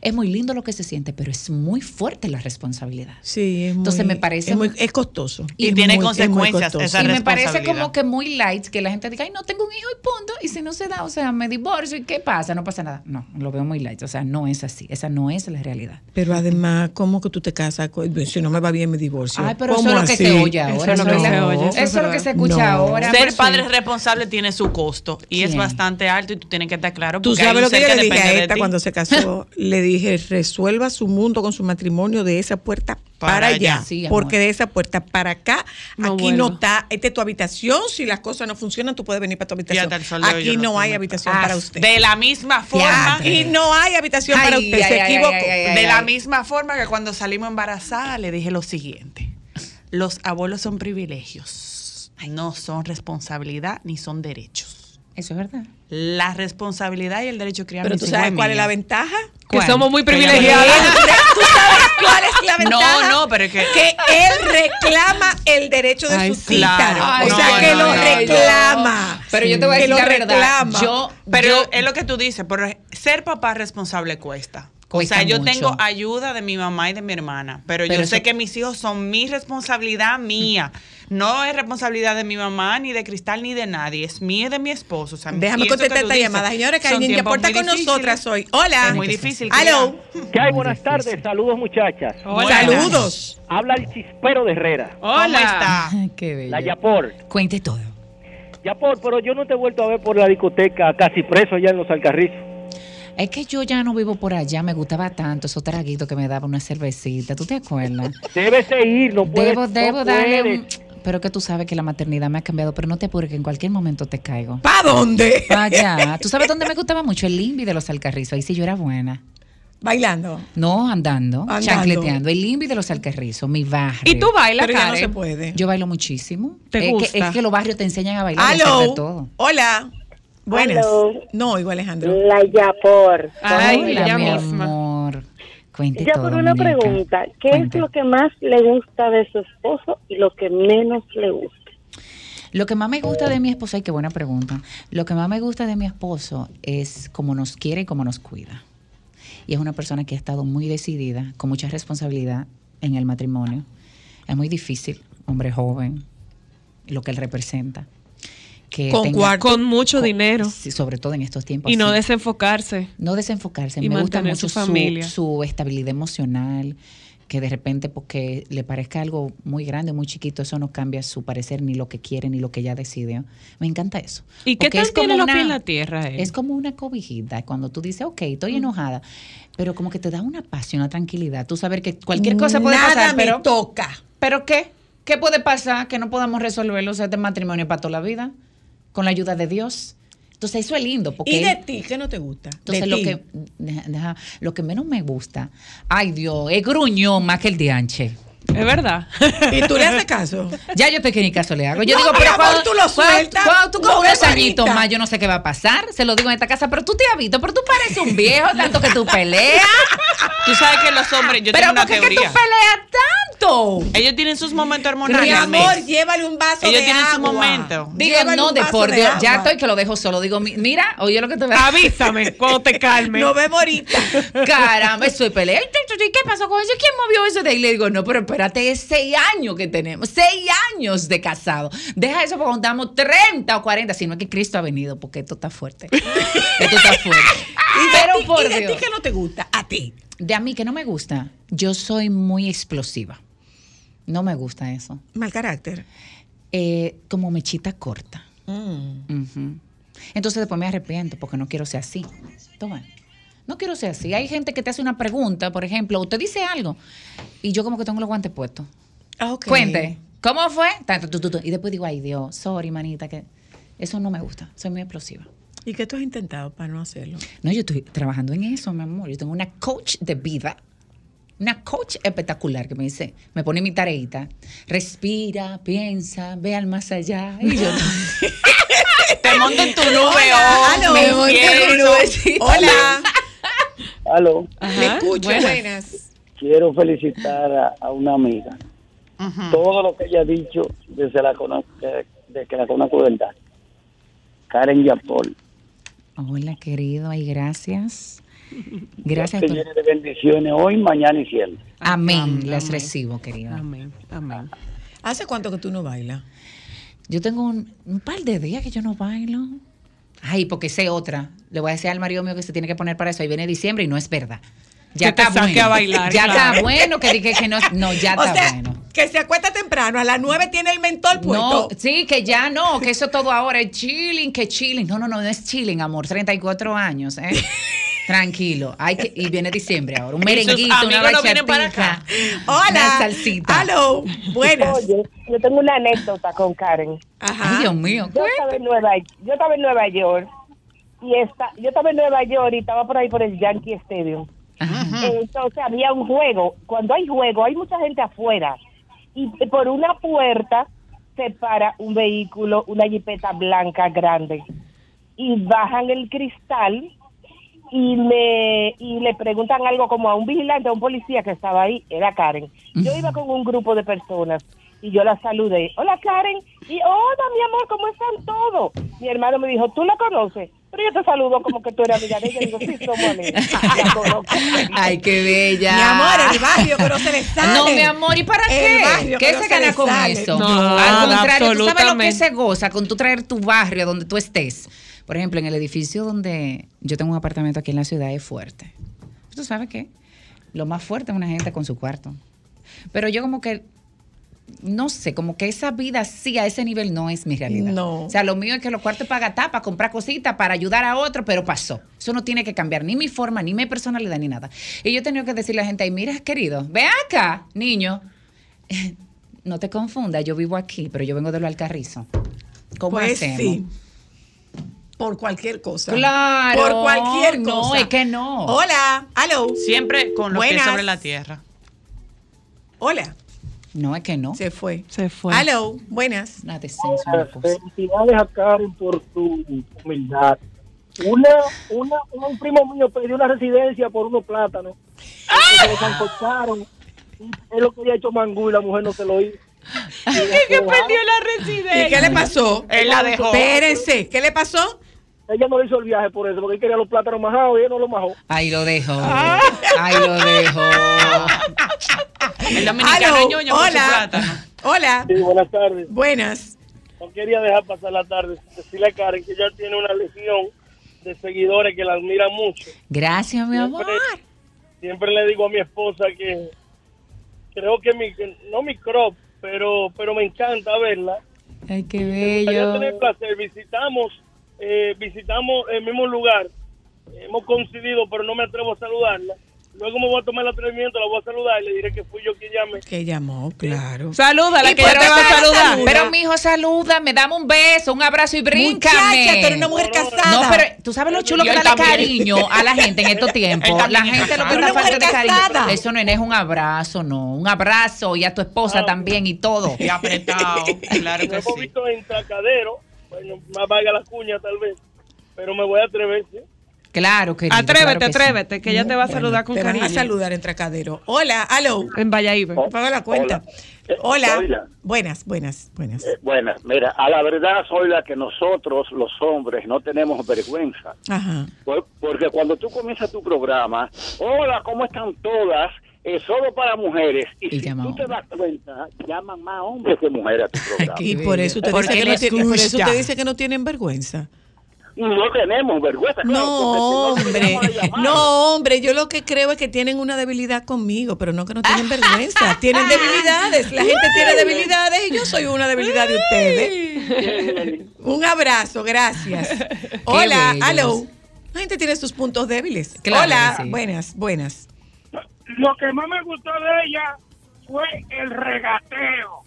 E: Es muy lindo lo que se siente, pero es muy fuerte la responsabilidad.
B: sí, es
E: Entonces
B: muy-
E: me parece-
B: es, muy- es costoso
D: Y
B: Es
D: tiene
B: muy- es muy
D: consecuencias
B: costoso.
D: esa
E: Y me parece
D: responsabilidad.
E: como que muy light que la gente diga, ay, no tengo un hijo y punto. Y si no se da, o sea, me divorcio y qué pasa, no pasa nada. No, lo veo muy light. O sea, no es así. Esa no es la realidad.
B: Pero además, ¿cómo que tú te casas? con- Si no me va bien, me divorcio.
E: Ay, pero eso
B: ¿Cómo
E: es lo que
B: así?
E: se oye ahora.
C: Eso es lo que
E: Eso es
C: se
E: la-
C: oye.
E: Eso es lo que se
C: verdad.
E: escucha
B: No.
E: ahora.
D: Ser
E: pues,
D: padre
E: sí.
D: responsable tiene su costo y es
E: Sí.
D: bastante alto y tú tienes que estar claro.
B: Tú
D: porque hay
B: sabes
D: un
B: lo que
D: ser
B: yo le dije
D: depende
B: a
D: de
B: esta
D: ti.
B: cuando se casó. le dije, resuelva su mundo con su matrimonio de esa puerta para,
D: Para
B: allá.
D: allá.
E: Sí, amor.
B: porque de esa puerta para acá,
C: No
B: aquí
C: vuelvo.
B: no está. Esta es tu habitación. Si las cosas no funcionan, tú puedes venir para tu habitación.
D: hasta el sol de hoy
B: Aquí
D: yo no
B: no
D: estoy
B: hay
D: metida.
B: habitación
E: Ah,
B: para usted.
D: De la misma forma.
E: Diantre.
B: y no hay habitación
E: Ay,
B: para usted.
E: ay,
B: se
E: ay,
B: equivocó.
E: ay, ay, ay.
D: De la misma forma que cuando salimos embarazada le dije lo siguiente. Los abuelos son privilegios, no son responsabilidad ni son derechos.
E: Eso es verdad.
D: La responsabilidad y el derecho a criar
B: Pero
D: mis
B: tú
D: hijos
B: sabes
D: es
B: cuál es
D: mía.
B: la ventaja.
C: Que
E: ¿Cuál?
C: somos muy
D: Que ella
C: privilegiadas.
B: ¿Tú sabes cuál es
D: No,
B: la ventaja?
D: no, pero es que-
B: él reclama el derecho de
C: Ay,
B: su
C: sí.
B: tita.
D: Claro.
B: o
D: No,
B: sea, que
D: no,
B: lo
D: no, no.
B: reclama.
E: Pero yo te voy a
B: Que
E: decir
B: lo
E: la verdad.
B: reclama.
E: Yo,
D: Pero
E: yo-
D: es lo que tú dices, pero ser papá responsable cuesta.
E: Cuesta
D: o sea, yo
E: mucho.
D: tengo ayuda de mi mamá y de mi hermana, pero,
E: Pero
D: yo sé
E: eso-
D: que mis hijos son mi responsabilidad mía. No es responsabilidad de mi mamá, ni de Cristal, ni de nadie. Es mía y de mi esposo. O sea,
B: Déjame
D: y eso que
B: contestar
D: tú
B: esta
D: dices,
B: llamada. Señores, que
D: son
B: alguien ya
D: tiempos
B: aporta
D: muy
B: con
D: difíciles.
B: nosotras hoy. Hola.
D: Es muy difícil.
B: Aló.
F: ¿Qué hay?
E: Muy difícil.
F: Buenas tardes. Saludos, muchachas.
D: Hola.
B: Saludos.
F: Habla el Chispero de Herrera,
D: Hola.
E: Ah, Qué bello.
F: la Yapor.
E: Cuente todo.
F: Ya por, pero yo no te he vuelto a ver por la discoteca, casi preso allá en los Alcarrizos.
E: Es que yo ya no vivo por allá, me gustaba tanto esos traguitos que me daba una cervecita, ¿tú te acuerdas?
F: Debes de ir, no puedes.
E: debo,
F: no
E: debo darle un...
F: puedes.
E: Pero que tú sabes que la maternidad me ha cambiado, pero no te apures que en cualquier momento te caigo.
B: ¿Para dónde?
E: Vaya, Ah, ¿tú sabes dónde me gustaba mucho? El limbi de los Alcarrizos, ahí sí yo era buena.
B: Bailando.
E: No, andando,
B: Andando.
E: chancleteando. El limbi de los Alcarrizos, mi barrio.
C: Y tú bailas,
B: Pero ya no
C: Karen?
B: se puede.
E: Yo bailo muchísimo.
C: ¿Te
E: es, Que,
C: gusta?
E: es que los barrios te enseñan a bailar a pesar de
B: Aló.
E: todo.
B: Hola. Buenas.
G: Aló.
B: No, oigo Alejandro.
F: Eh,
G: La Yapor.
C: Ay,
E: Hola,
C: ella
E: mi
C: misma.
E: amor. Cuente
G: Ya
E: todo,
G: por una
E: muñeca.
G: pregunta, ¿qué es
E: Cuente.
G: lo que más le gusta de su esposo y lo que menos le gusta?
E: Lo que más me gusta de mi esposo, ay, qué buena pregunta. Lo que más me gusta de mi esposo es cómo nos quiere y cómo nos cuida. Y es una persona que ha estado muy decidida, con mucha responsabilidad en el matrimonio. Es muy difícil, hombre joven, lo que él representa. Que
B: Con cuarto.
C: Con mucho
E: con-
C: dinero.
E: sí, sobre todo en estos tiempos.
C: Y no
E: así.
C: desenfocarse.
E: no desenfocarse.
C: Y
E: me gusta
C: mantener
E: mucho
C: su
E: su,
C: familia.
E: su estabilidad emocional, que de repente porque le parezca algo muy grande, muy chiquito, eso no cambia su parecer ni lo que quiere ni lo que ya decidió. Me encanta eso.
C: ¿Y qué
E: Porque
C: tal
E: es como
C: tiene los
E: una-
C: pies en la tierra eh? él?
E: Es como una cobijita, cuando tú dices, ok, estoy enojada, pero como que te da una paz y una tranquilidad. Tú saber que cualquier cosa puede
B: Nada
E: pasar,
B: me
E: pero,
B: toca.
E: ¿pero qué? ¿Qué puede pasar que no podamos resolverlo? O sea, este matrimonio para toda la vida, con la ayuda de Dios. Entonces eso es lindo. Porque
B: ¿Y de ti qué no te gusta?
E: entonces,
B: De
E: lo
B: ti.
E: que, deja- deja- lo que menos me gusta, ay Dios, es gruñón más que el dianche.
C: Es verdad.
B: ¿Y tú le haces caso?
E: Ya yo te que ni caso le hago. Yo
B: No,
E: digo,
B: mi
E: pero
B: amor,
E: cuando
B: tú lo
E: cuando-
B: sueltas,
E: cuando tú
B: lo
E: con
B: ves
E: unos añitos
B: ahorita.
E: más, yo no sé qué va a pasar. Se lo digo en esta casa, pero tú te has visto, pero tú pareces un viejo, tanto que tú peleas.
D: Tú sabes que los hombres, yo
E: pero
D: tengo una
E: ¿por qué es que tú
D: teoría.
E: peleas tanto?
D: Ellos tienen sus momentos hormonales.
B: Mi
D: al
B: amor,
D: mes.
B: llévale un vaso
D: Ellos
B: de
D: tienen su
B: agua.
D: momento.
E: Digo,
B: Llévale
E: no,
B: un
E: de
B: vaso
E: por
B: de
E: Dios, ya
B: agua.
E: estoy que lo dejo solo. Digo, mi- mira, oye lo que te voy a
C: Avísame cuando te calmes.
B: Nos vemos ahorita.
E: Caramba, eso es pelea. ¿Y qué pasó con eso? ¿Quién movió eso de ahí? Le digo, no, pero espérate, es seis años que tenemos, seis años de casado. Deja eso porque contamos 30 o 40, sino que Cristo ha venido, porque esto está fuerte. Esto está fuerte.
B: ¿Y de
E: pero
B: ti-
E: por
B: ¿Y de ti
E: Dios.
B: qué no te gusta? A ti.
E: De a mí que no me gusta, yo soy muy explosiva. No me gusta eso.
B: Mal carácter.
E: Eh, como mechita corta. Ujú. Entonces después me arrepiento porque no quiero ser así. Toma. No quiero ser así. Hay gente que te hace una pregunta, por ejemplo, usted dice algo y yo como que tengo los guantes puestos.
B: Ah, ok.
E: Cuente, ¿cómo fue? Ta, tu, tu, tu, tu. Y después digo, ay Dios, sorry, manita, que eso no me gusta. Soy muy explosiva.
B: ¿Y qué tú has intentado para no hacerlo?
E: No, yo estoy trabajando en eso, mi amor. Yo tengo una coach de vida. Una coach espectacular que me dice, me pone mi tareita, respira, piensa, ve al más allá. Y yo,
D: Te monto en tu nube,
B: Hola,
D: oh,
B: aló.
D: me
B: Me voy de
D: siento.
E: nubecita.
B: Hola.
F: Aló,
C: Ajá,
B: Me escucho.
C: buenas.
B: Buenas.
F: quiero felicitar a, a una amiga. Todo lo que ella ha dicho desde la cono- que- de que la conozco de verdad. Karen Yapol,
E: Hola, querido, ay, gracias.
F: Dios
E: Gracias.
F: te
E: por-
F: llene de bendiciones hoy, mañana y siempre.
E: Amén,
C: Amén,
E: las
C: amén.
E: recibo, querido.
C: Amén, amén.
B: ¿Hace cuánto que tú no bailas?
E: Yo tengo un, un par de días que yo no bailo. Ay, porque sé otra. Le voy a decir al marido mío que se tiene que poner para eso. Ahí viene diciembre y no es verdad. Ya
C: Que te
E: está
C: saque
E: bueno.
C: a bailar,
E: Ya
C: claro.
E: está bueno que dije que no. No, ya
B: o
E: Ah, está
B: sea,
E: bueno.
B: que se acuesta temprano, a las 9 tiene el mentol
E: No,
B: puesto.
E: sí, que ya no, que eso todo ahora es chilling, que chilling. No, no, no, no es chilling, amor. 34 años, ¿eh? Tranquilo. Hay que, y viene diciembre ahora. Un
D: Y sus
E: merenguito, una
D: amigos no vienen para
E: bachatica.
D: acá.
B: Hola.
E: Una salsita.
B: Aló. Buenas.
G: Oye, yo tengo una anécdota con Karen.
B: Ajá.
E: Ay, Dios mío.
G: Yo estaba en Nueva, yo estaba en Nueva York y esta, yo estaba en Nueva York y estaba por ahí por el Yankee Stadium.
E: Ajá.
G: Entonces había un juego. Cuando hay juego, hay mucha gente afuera. Y por una puerta se para un vehículo, una jipeta blanca grande. Y bajan el cristal y le, y le preguntan algo como a un vigilante, a un policía que estaba ahí. Era Karen. Yo iba con un grupo de personas y yo la saludé. Hola Karen. Y hola mi amor, ¿cómo están todos? Mi hermano me dijo, ¿tú la conoces? Pero yo te saludo como que tú eras amiga de ella. Y yo digo, sí, somos amigas. La conozco.
E: Ay, qué bella.
B: Mi amor, el barrio, pero se le sale.
E: No, mi amor, ¿y para
B: El
E: qué?
B: barrio,
E: ¿Qué
B: pero
E: se
B: se le
E: gana con
B: sale.
E: eso?
C: No,
E: Al contrario, tú sabes lo que
C: absolutamente.
E: se goza con tú traer tu barrio a donde tú estés. Por ejemplo, en el edificio donde yo tengo un apartamento aquí en la ciudad es fuerte. ¿Tú sabes qué? Lo más fuerte es una gente con su cuarto. Pero yo como que no sé, como que esa vida sí a ese nivel no es mi realidad.
B: No.
E: O sea, lo mío es que los cuartos para gastar, para comprar cositas, para ayudar a otro, pero pasó. Eso no tiene que cambiar ni mi forma, ni mi personalidad, ni nada. Y yo he tenido que decirle a la gente ahí, mira, querido, ve acá, niño. No te confundas, yo vivo aquí, pero yo vengo de lo Alcarrizo. ¿Cómo
B: Pues
E: hacemos?
B: sí. Por cualquier cosa.
E: Claro,
B: Por cualquier
E: no,
B: cosa.
E: es que no.
B: Hola. Hello.
D: Siempre con los pies
B: Buenas.
D: sobre la tierra.
B: Hola.
E: No, es que no.
B: Se fue.
C: Se fue.
B: Hello. Buenas.
E: Una decencia, una
F: Ah,
E: cosa.
F: Felicidades a Karen por tu humildad. Una, una, un primo mío perdió una residencia por unos plátanos. que Se le zancocharon. Él lo quería hecho mangú y la mujer no se lo hizo.
C: que perdió la residencia.
B: ¿Y qué le pasó?
D: Él la dejó.
B: Espérense. ¿Qué le pasó?
F: Ella no le hizo el viaje por eso, porque él quería los plátanos majados y él no los majó.
E: Ahí lo dejo.
B: Ah.
E: Ahí lo dejo.
D: El dominicano
B: Hello.
D: ñoño con su
B: Hola.
D: plátano.
B: Hola.
F: Sí, buenas tardes.
B: Buenas.
F: No quería dejar pasar la tarde. sin Decirle a Karen que ella tiene una legión de seguidores que la admira mucho.
E: Gracias, mi amor.
F: Siempre, siempre le digo a mi esposa que creo que mi, no mi crop, pero, pero me encanta verla.
E: Ay, qué
F: Yo
E: bello.
F: tener el placer, visitamos, eh, visitamos el mismo lugar, hemos coincidido, pero no me atrevo a saludarla. Luego me voy a tomar el atrevimiento, la voy a saludar y le diré que fui yo quien llamé.
B: Que llamó, claro.
C: Saluda, la
B: Y
C: que ya
B: por
C: te
B: eso
C: va a
B: la
C: saludar.
B: saluda.
E: Pero mi hijo saluda, me dame un beso, un abrazo y bríncame.
B: Muchacha, tú eres una mujer
F: No, no, no.
B: casada.
E: No, pero tú sabes lo chulo
D: Y
E: que
D: él
E: darle
D: también.
E: cariño a la gente en estos
D: Él
E: tiempos. La
D: también es
E: gente lo que
D: casado.
E: está
B: Una
E: falta de
B: mujer
E: cariño.
B: casada.
E: Eso no es un abrazo, no. Un abrazo y a tu esposa también y todo.
D: Y apretado, claro
F: Lo
D: que
F: hemos
D: sí.
F: visto en Tracadero, bueno, más vaga la cuña tal vez, pero me voy a atrever, ¿sí?
E: Claro, querido.
C: Atrévete,
E: claro que sí.
C: atrévete, que ella te va a saludar con
B: te van
C: cariño.
B: a saludar en tracadero. Hola. Hello.
C: En Valladolid.
G: Oh.
B: Me pago la cuenta. Hola.
H: Hola. Hola.
B: Buenas, buenas, buenas.
H: Eh, bueno, mira, a la verdad soy la que nosotros los hombres no tenemos vergüenza.
B: Ajá.
H: Por- Porque cuando tú comienzas tu programa, hola, ¿cómo están todas? Es solo para mujeres. Y,
E: Y
H: si
E: llaman
H: tú te
E: hombres.
H: das cuenta, llaman más hombres que mujeres a tu
I: Ah,
H: programa.
B: Y por eso usted dice
D: Porque
B: que no
D: les
B: tiene- por eso
D: gusta.
B: usted dice que no tienen vergüenza.
H: No tenemos vergüenza. claro,
B: No,
H: porque si
B: hombre.
H: no, no llamamos a llamar.
B: No, hombre. Yo lo que creo es que tienen una debilidad conmigo, pero no que no tienen vergüenza. Tienen debilidades. La gente tiene debilidades y yo soy una debilidad de ustedes. Un abrazo, gracias. Hola,
E: bellos.
B: hello. La gente tiene sus puntos débiles.
E: Claro
B: Hola,
E: que sí.
B: buenas, buenas.
F: Lo que más me gustó de ella fue el regateo.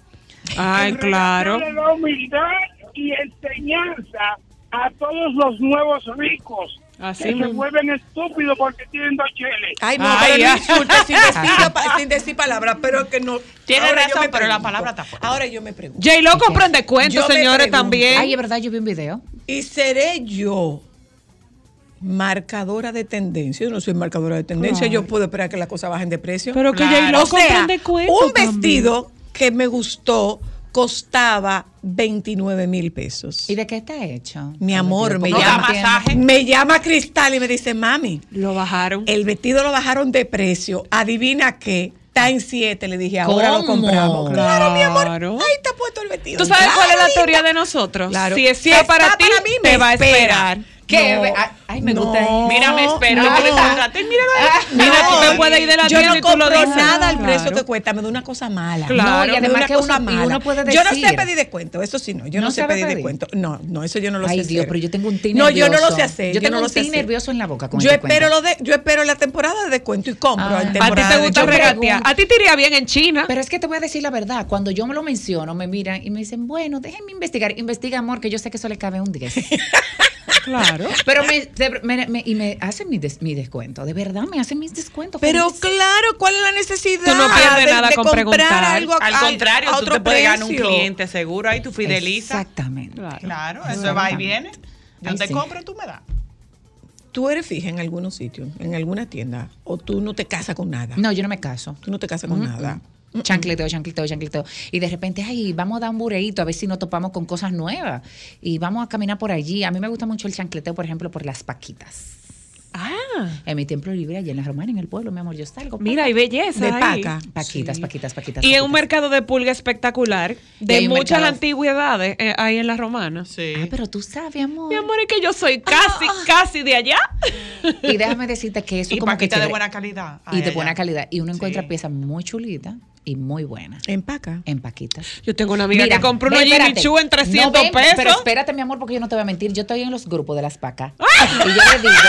C: Ay, claro.
F: Darle La humildad y enseñanza a todos los nuevos ricos
C: Así
F: que se
C: mismo.
F: vuelven estúpidos porque tienen dos cheles.
B: Ay, no,
D: Ay,
B: pero no
D: ay.
B: insultes sin decir, pa- sin decir palabras, pero que no.
D: Tiene
B: Ahora yo
D: razón,
B: me
D: pero la
B: pregunto.
D: palabra está fuerte.
B: Ahora yo me pregunto.
C: J-Lo comprende cuentos,
B: Yo me
C: señores,
B: pregunto.
C: también.
E: Ay, es verdad, yo vi un video.
B: ¿Y seré yo marcadora de tendencia? Yo no soy marcadora de tendencia, yo puedo esperar que las cosas bajen de precio.
C: pero que
D: Claro.
C: J-Lo
B: o sea,
C: comprende cuentos.
B: un
C: también.
B: vestido que me gustó costaba 29 mil pesos.
E: ¿Y de qué está hecho?
B: Mi amor, me
D: No da
B: llama,
D: masaje.
B: me llama Cristal y me dice, mami,
C: Lo bajaron.
B: El vestido lo bajaron de precio. Adivina qué. Está en 7, le dije, ahora lo
E: ¿Cómo?
B: compramos. Claro, mi
C: Claro.
B: amor. Ahí está puesto el vestido.
C: ¿Tú sabes
B: Claro,
C: cuál es la
B: ahí
C: teoría
B: está.
C: de nosotros?
B: Claro.
C: Si es
B: Está
C: para ti,
B: para mí,
C: te
B: me
C: va a
B: espera.
C: esperar.
E: ¿Qué?
B: No.
E: Ay, ay, me gusta.
B: No.
D: Mira, me espero.
B: No. Ah.
D: yo me contraté y mira,
C: Mira, tú
D: no,
C: te puedes ir de la
B: Yo
C: tienda
B: no
C: y tú lo
B: compro
C: dices.
B: nada al
C: Claro.
B: precio que cuesta, me da una cosa mala.
C: Claro. No, y
B: me da
E: además
B: una
E: que
B: cosa
E: uno- y
B: mala.
E: uno puede
B: Yo no sé
E: decir.
B: pedir descuento, eso sí no. Yo no,
E: ¿No
B: sé
E: sabe
B: pedir
E: pedir?
B: descuento. No, no, eso yo no lo sé.
E: Ay, Dios,
B: hacer.
E: pero yo tengo un tin
B: No,
E: nervioso.
B: yo no lo sé hacer.
E: Yo tengo
B: no lo
E: un
B: sé
E: tin
B: hacer.
E: nervioso en la boca con
B: Yo
E: este cuento.
B: espero, lo de, yo espero la temporada de descuento y compro.
E: Ah.
B: en
E: ¿A ti te
C: A ti
B: temporada
C: te
B: de
C: gusta
B: descuento.
C: regatear. A ti te iría bien en China.
E: Pero es que te voy a decir la verdad. Cuando yo me lo menciono, me miran y me dicen, bueno, déjenme investigar. Investiga, amor, que yo sé que eso le cabe un 10.
C: Claro.
E: Pero me, se- me- me- y me hacen mi, des- mi descuento. De verdad, me hacen mis descuentos.
B: Pero
E: felices.
B: claro, ¿cuál es la necesidad?
C: Tú no pierdes
B: de-
C: nada
B: de
C: con
B: comprar
C: preguntar.
B: algo a-
D: Al
B: a-
D: contrario,
B: a
D: tú
B: otro
D: te puedes ganar un
B: precio.
D: cliente seguro. Ahí tú fidelizas.
E: Exactamente.
D: Claro, eso va y viene. Yo
E: Ay,
D: te
E: sí.
D: compro, tú me das.
B: Tú eres fija en algunos sitios, en alguna tienda, o tú no te casas con nada.
E: No, yo no me caso.
B: Tú no te casas con
E: Mm,
B: nada.
E: mm. Chancleteo, chancleteo, chancleteo. Y de repente, ay, vamos a dar un bureíto a ver si nos topamos con cosas nuevas. Y vamos a caminar por allí. A mí me gusta mucho el chancleteo, por ejemplo, por las paquitas.
C: Ah,
E: En mi templo libre, allá en la Romana, en el pueblo, mi amor, yo salgo.
C: mira, hay belleza.
B: De
C: ahí.
B: paca.
E: Paquitas, paquitas, paquitas.
C: Y en un
E: paquitas.
C: mercado de pulga espectacular,
E: Y
C: de
E: hay un
C: muchas
E: mercado-
C: antigüedades eh, ahí en las romanas.
D: Sí.
E: Ah, pero tú sabes, amor.
C: Mi amor, es que yo soy casi, casi de allá.
E: Y déjame decirte que eso
D: y
E: como que
D: paquita de
E: chévere.
D: buena calidad.
E: y
D: Ay,
E: de
D: ay,
E: buena
D: ay.
E: calidad. Y uno encuentra
D: Sí.
E: piezas muy chulitas y muy buenas.
B: Empaca.
E: En paquitas.
C: Yo tengo una amiga
E: Mira,
C: que compró unos
E: ve,
C: Jimmy
E: espérate.
C: Choo en 300
E: No, ven,
C: pesos.
E: Pero espérate, mi amor, porque yo no te voy a mentir. Yo estoy en los grupos de las pacas.
C: ¡Ah!
E: Y yo le digo.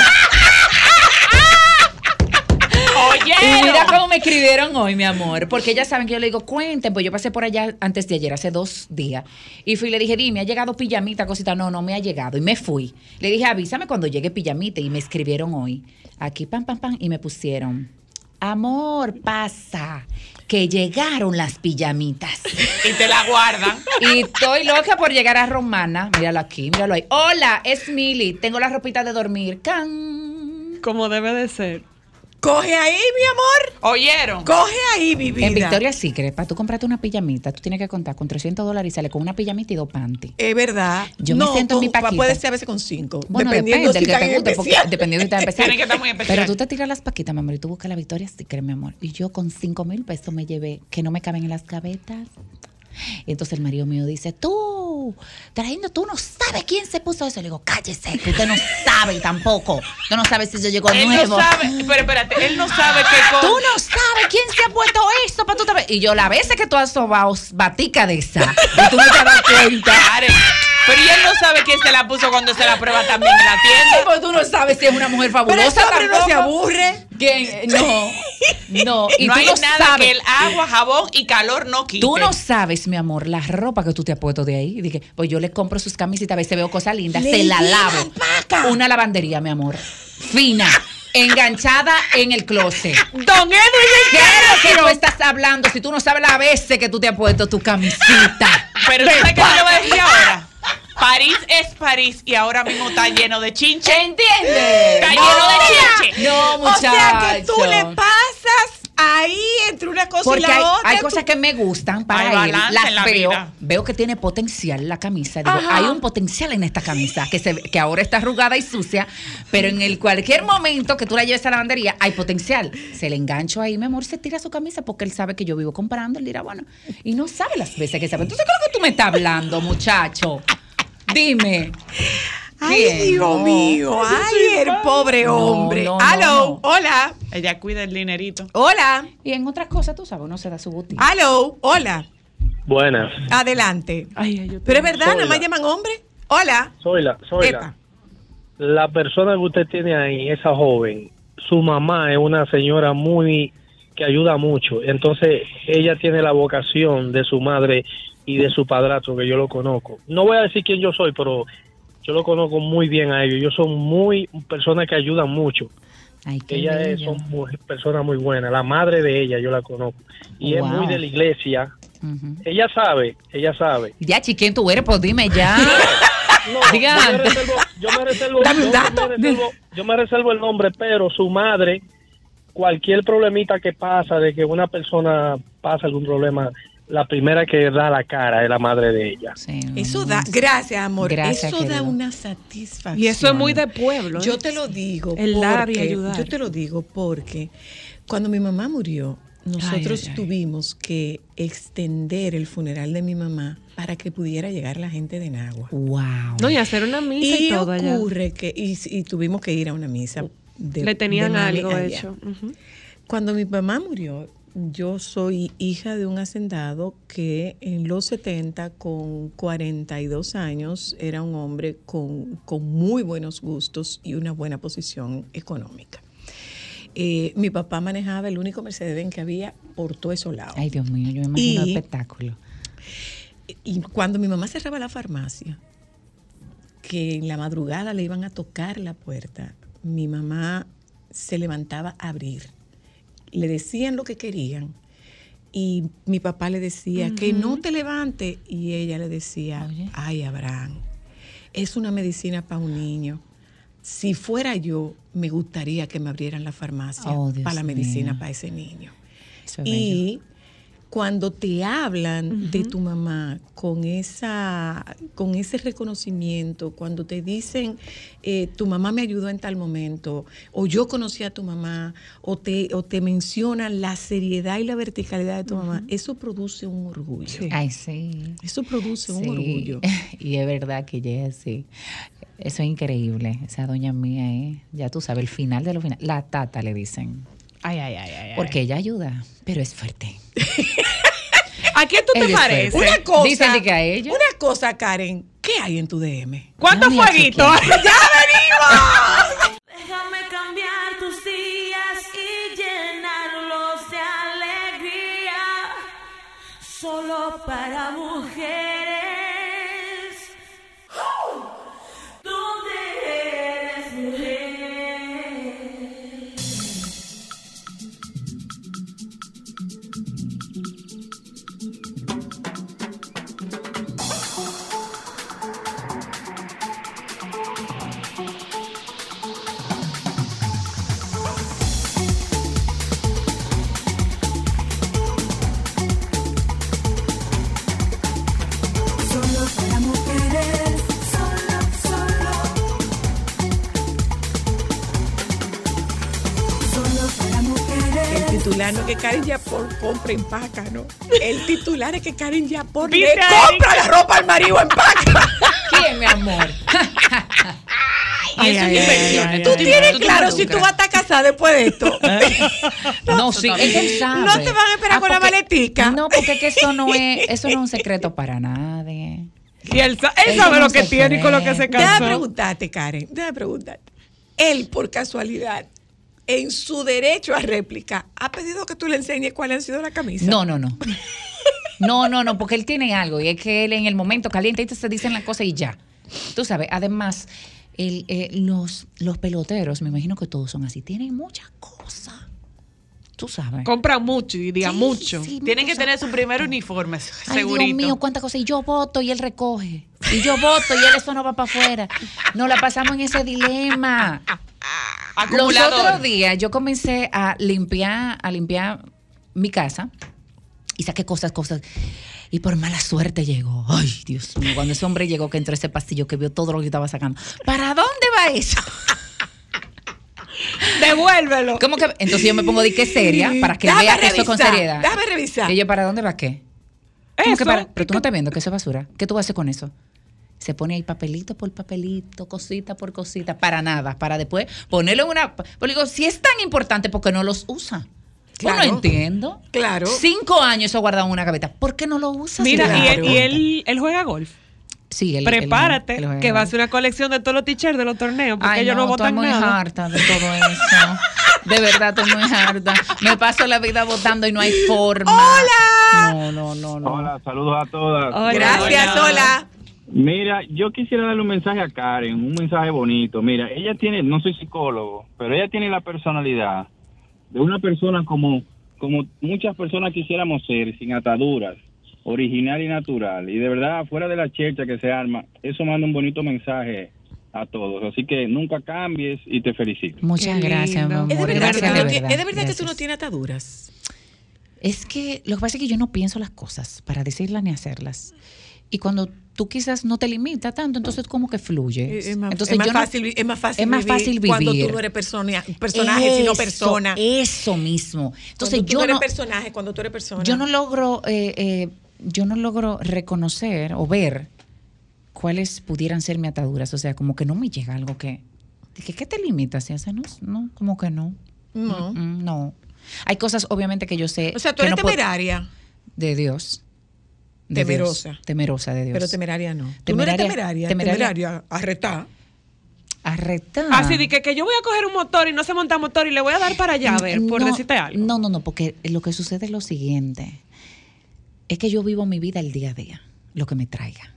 C: Oye.
E: Y mira cómo me escribieron hoy, mi amor. Porque ellas saben que yo le digo, cuenten, pues yo pasé por allá antes de ayer, hace dos días. Y fui y le dije, dime, ¿ha llegado pijamita, cosita? No, no me ha llegado. Y me fui. Le dije, avísame cuando llegue pijamita. Y me escribieron hoy. Aquí, pam, pam, pam. Y me pusieron, amor, pasa, que llegaron las pijamitas.
D: Y te la guardan.
E: Y estoy loca por llegar a Romana. Míralo aquí, míralo ahí. Hola, es Mili. Tengo la ropita de dormir. Can.
C: Como debe de ser.
B: Coge ahí, mi amor.
D: ¿Oyeron?
B: Coge ahí, mi vida.
E: En Victoria Secret, para tú comprarte una pijamita, tú tienes que contar con 300 dólares y sale con una pijamita y dos panty.
B: Es verdad.
E: Yo me siento en mi
B: con-
E: paquita.
B: Puede ser a veces con cinco.
E: Bueno, depende
B: dependiendo si
E: del que
B: están
E: te
B: en
E: guste, porque-
B: especial.
E: dependiendo si estás en especial.
D: Tiene que estar muy especial.
E: Pero tú te tiras las paquitas, mi amor, y tú buscas la Victoria Secret, mi amor. Y yo con 5 mil pesos me llevé, que no me caben en las gavetas. Y entonces el marido mío dice, tú, trayendo, tú no sabes quién se puso eso. Le digo, cállese, que usted no sabe tampoco. Tú no sabes si yo llegó
D: Él
E: nuevo.
D: no sabe, pero espérate, él no sabe qué
E: Tú
D: con...
E: no sabes quién se ha puesto esto para tú te... Y yo, la vez que tú has sobado batica de esa, y tú no te das cuenta.
D: Claro. Pero y él no sabe quién se la puso cuando se la prueba también en la
E: Ay,
D: tienda.
E: pues tú no sabes si es una mujer
B: Pero
E: fabulosa
B: ese hombre no
E: tampoco.
B: se aburre.
E: Que- no, no. Y
D: no
E: tú
D: hay
E: no
D: nada
E: sabes.
D: que el agua, jabón y calor no quite.
E: Tú no sabes, mi amor, la ropa que tú te has puesto de ahí. Dije, pues yo le compro sus camisitas, a veces veo cosas lindas, se la lavo. Una lavandería, mi amor. Fina, enganchada en el closet.
C: Don
E: ¿Qué
C: Edwin.
E: es lo que tú estás hablando si tú no sabes las veces que tú te has puesto tu camisita?
D: Pero ¿sabes qué te lo voy a decir ahora? París es París y ahora mismo está lleno de chinche.
E: ¿Entiendes?
D: Está lleno de chinche.
E: No,
B: O
E: muchacho.
B: sea que tú le pasas ahí entre una cosa y
E: Porque
B: Pues la
E: hay,
B: otra.
E: hay
B: tú-
E: cosas que me gustan
D: Hay
E: para él.
D: balance
E: Las
D: en la
E: veo.
D: vida.
E: Veo que tiene potencial la camisa. Digo,
B: Ajá.
E: hay un potencial en esta camisa que, se, que ahora está arrugada y sucia, pero en el cualquier momento que tú la lleves a la lavandería, hay potencial. Se le engancho ahí, mi amor, se tira su camisa porque él sabe que yo vivo comprando. Él dirá, bueno, y no sabe las veces que sabe. Entonces, ¿qué es lo que tú me estás hablando, muchacho? Dime.
B: Ay,
E: Bien,
B: Dios
E: no.
B: mío. Ay, el pobre
E: No,
B: hombre.
E: no, no,
B: Aló.
E: no.
B: Hola.
D: Ella cuida el dinerito.
B: Hola.
E: Y en otras cosas, tú sabes, uno se da su botín.
B: Aló. Hola.
F: Buenas.
B: Adelante.
C: Ay, ay, yo
B: Pero es verdad,
F: Soy
B: nada más
F: la-
B: llaman hombre. Hola.
F: Soy la, soy
B: Epa.
F: la. La persona que usted tiene ahí, esa joven, su mamá es una señora muy que ayuda mucho. Entonces, ella tiene la vocación de su madre y de su padrastro, que yo lo conozco. No voy a decir quién yo soy, pero yo lo conozco muy bien a ellos. Ellos son muy personas que ayudan mucho.
E: Ay, qué
F: Ella es,
E: bello.
F: son mujer- personas muy buenas. La madre de ella, yo la conozco. Y es
E: Wow.
F: muy de la iglesia.
E: Ujú.
F: Ella sabe, ella sabe.
E: Ya, chiquín, tú eres, pues dime ya.
F: No,
E: Diga.
F: Yo me reservo, yo me reservo,
B: Dame un
F: yo-
B: dato.
F: Yo me, reservo, yo me reservo el nombre, pero su madre, cualquier problemita que pasa, de que una persona pasa algún problema, la primera que da la cara es la madre de ella.
E: Sí, no,
B: Eso
E: no,
B: da,
E: no.
B: gracias amor,
E: Mm. Gracias,
B: eso da
E: querido.
B: una satisfacción.
C: Y eso es muy de pueblo. ¿eh?
B: Yo te lo digo.
C: El dar y
B: porque-
C: ayudar.
B: Yo te lo digo porque cuando mi mamá murió, nosotros
C: ay, ay.
B: tuvimos que extender el funeral de mi mamá para que pudiera llegar la gente de Nagua.
E: Wow.
C: No, y hacer una misa y,
B: Y
C: todo allá.
B: ocurre que, y, y tuvimos que ir a una misa. de-
C: Le tenían
B: de mami
C: algo
B: allá.
C: hecho. Ujú.
B: Cuando mi mamá murió, yo soy hija de un hacendado que en los 70, con 42 años, era un hombre con, con muy buenos gustos y una buena posición económica. Eh, mi papá manejaba el único Mercedes-Benz que había por todo eso lado.
E: Ay, Dios mío, yo me imagino
B: Y-
E: el espectáculo.
B: Y cuando mi mamá cerraba la farmacia, que en la madrugada le iban a tocar la puerta, mi mamá se levantaba a abrir. Le decían lo que querían. Y mi papá le decía, que no te levante. Y ella le decía,
E: Oye.
B: ay, Abraham, es una medicina para un niño. Si fuera yo, me gustaría que me abrieran la farmacia
E: Oh, Dios
B: para la medicina
E: mío.
B: para ese niño.
E: Eso es bello.
B: Y cuando te hablan de tu mamá con esa, con ese reconocimiento, cuando te dicen eh, tu mamá me ayudó en tal momento, o yo conocí a tu mamá, o te, o te mencionan la seriedad y la verticalidad de tu mamá, eso produce un orgullo.
E: Ay, sí.
B: Eso produce un
E: Sí.
B: orgullo.
E: Y es verdad que ella es así. Eso es increíble. Esa doña mía, ¿eh? Ya tú sabes, el final de los finales. La tata le dicen.
D: Ay, ay, ay, ay. ay.
E: Porque ella ayuda, pero es fuerte.
C: ¿A quién tú
E: Ella
C: te
E: es
C: pareces?
E: fuerte.
B: Una cosa.
E: Dicen de que a ella.
B: Una cosa, Karen. ¿Qué hay en tu DM?
C: ¿Cuántos
E: Dame a
C: fueguitos?
A: Déjame cambiar tus días y llenarlos de alegría. Solo para mujeres. Donde eres mujer. Solo para mujeres. Solo, solo. Solo para
B: El
A: mujeres.
B: titular no es que Karen Yapor compra y empaca, ¿no? El titular es que Karen Yapor le
D: Dice ahí
B: compra la ropa al marido empaca.
E: ¿Quién, mi amor?
B: Ay,
E: eso
B: ay,
E: es
B: ay,
E: inversión,
B: ay,
E: tú
B: ay,
E: te-
B: tienes
E: tú te
B: claro si tú
E: involucras.
B: vas a estar casada después de esto.
E: No, sí, es que él sabe. Ah,
B: No te van a esperar con la
E: porque-
B: maletica.
E: No, porque es que eso no es, eso no es un secreto para nadie.
C: Y él, sa- él
E: Él
C: sabe
E: no
C: lo que
E: se
C: tiene y con lo que se
E: cree.
B: Déjame
C: casó.
B: preguntarte, Karen. Déjame preguntarte. Él, por casualidad, en su derecho a réplica, ha pedido que tú le enseñes cuál ha sido la camisa.
E: No, no, no. No, no, no, porque él tiene algo y es que él en el momento caliente ahí te se dicen las cosas y ya. Tú sabes, además, el, eh, los, los peloteros, me imagino que todos son así, tienen muchas cosas. Tú sabes.
C: Compra mucho y diga
E: Sí,
C: mucho.
E: sí,
D: Tienen que
E: muchos
D: tener su
E: zapatos.
D: primer uniforme,
E: Ay,
D: segurito.
E: Dios mío, cuántas cosas. Y yo voto y él recoge. Y yo voto y él eso no va para afuera. Nos la pasamos en ese dilema. Los
D: Acumulador.
E: otros días yo comencé a limpiar, a limpiar mi casa y saqué cosas, cosas. Y por mala suerte llegó. Ay, Dios mío, cuando ese hombre llegó que entró a ese pastillo que vio todo lo que yo estaba sacando. ¿Para dónde va eso?
C: Devuélvelo.
E: ¿Cómo que? Entonces yo me pongo de que seria para que
B: Déjame
E: vea que esto es con
B: revisar,
E: seriedad.
B: déjame revisar.
E: Y yo, ¿para dónde va qué? ¿Cómo que
C: Eso.
E: para? Pero tú no estás viendo que eso es basura. ¿Qué tú vas a hacer con eso? Se pone ahí papelito por papelito, cosita por cosita, para nada, para después ponerlo en una. Pero digo, si es tan importante, ¿por qué no los usa?
B: Claro.
E: Yo no entiendo.
B: Claro.
E: Cinco años eso guardado en una gaveta. ¿Por qué no lo usas?
C: Mira, y, él,
B: Claro.
C: y él, él juega golf.
E: Sí, él- él-
C: Prepárate,
E: él juega
C: que va a
E: golf.
C: ser una colección de todos los t-shirts de los torneos, porque
E: Ay,
C: ellos no,
E: estoy
C: votan
E: muy
C: nada.
E: harta de todo eso. De verdad, estoy muy harta. Me paso la vida votando y no hay forma.
B: ¡Hola!
E: No, no, no, no.
J: Hola, saludos a todas.
C: Hola.
B: Gracias, hola.
J: Mira, yo quisiera darle un mensaje a Karen, un mensaje bonito. Mira, ella tiene, no soy psicólogo, pero ella tiene la personalidad de una persona como, como muchas personas quisiéramos ser, sin ataduras, original y natural. Y de verdad, fuera de la chercha que se arma, eso manda un bonito mensaje a todos. Así que nunca cambies y te felicito.
E: Muchas
C: Qué
E: gracias, mi
C: lindo.
E: amor.
B: Es de verdad,
E: Gracias,
B: que, tú
E: de
B: no ti-
E: verdad.
B: es de verdad que tú no
E: Gracias.
B: tienes ataduras.
E: Es que lo que pasa es que yo no pienso las cosas para decirlas ni hacerlas. Y cuando tú quizás no te limitas tanto, entonces como que fluye.
B: Es, es más,
E: entonces
B: es más
E: yo no-
B: fácil, vi- es más fácil
E: es más
B: vivir
E: fácil
B: cuando
E: vivir.
B: tú no eres persona- personaje, sino
E: Eso,
B: persona.
E: Eso mismo. Entonces
B: cuando tú
E: yo
B: no eres
E: no,
B: personaje, cuando tú eres persona.
E: yo no logro, eh, eh, yo no logro reconocer o ver cuáles pudieran ser mis ataduras. O sea, como que no me llega algo que. que ¿Qué te limitas? ¿Sí? O sea, no, no, como que no.
B: No.
E: Mm, No. Hay cosas, obviamente, que yo sé.
B: O sea, tú
E: que
B: eres
E: no puedo-
B: temeraria,
E: De Dios.
B: Temerosa.
E: Dios. Temerosa de Dios.
B: pero temeraria no. Tú no eres
E: Temeraria-
B: temeraria, temeraria,
E: temeraria.
B: arretá.
E: Arretada.
B: Ah,
C: Así de que, que yo voy a coger un motor y no se monta motor y le voy a dar para allá, a ver, por
E: No,
C: decirte algo.
E: No, no, no, porque lo que sucede es lo siguiente. Es que yo vivo mi vida el día a día, lo que me traiga.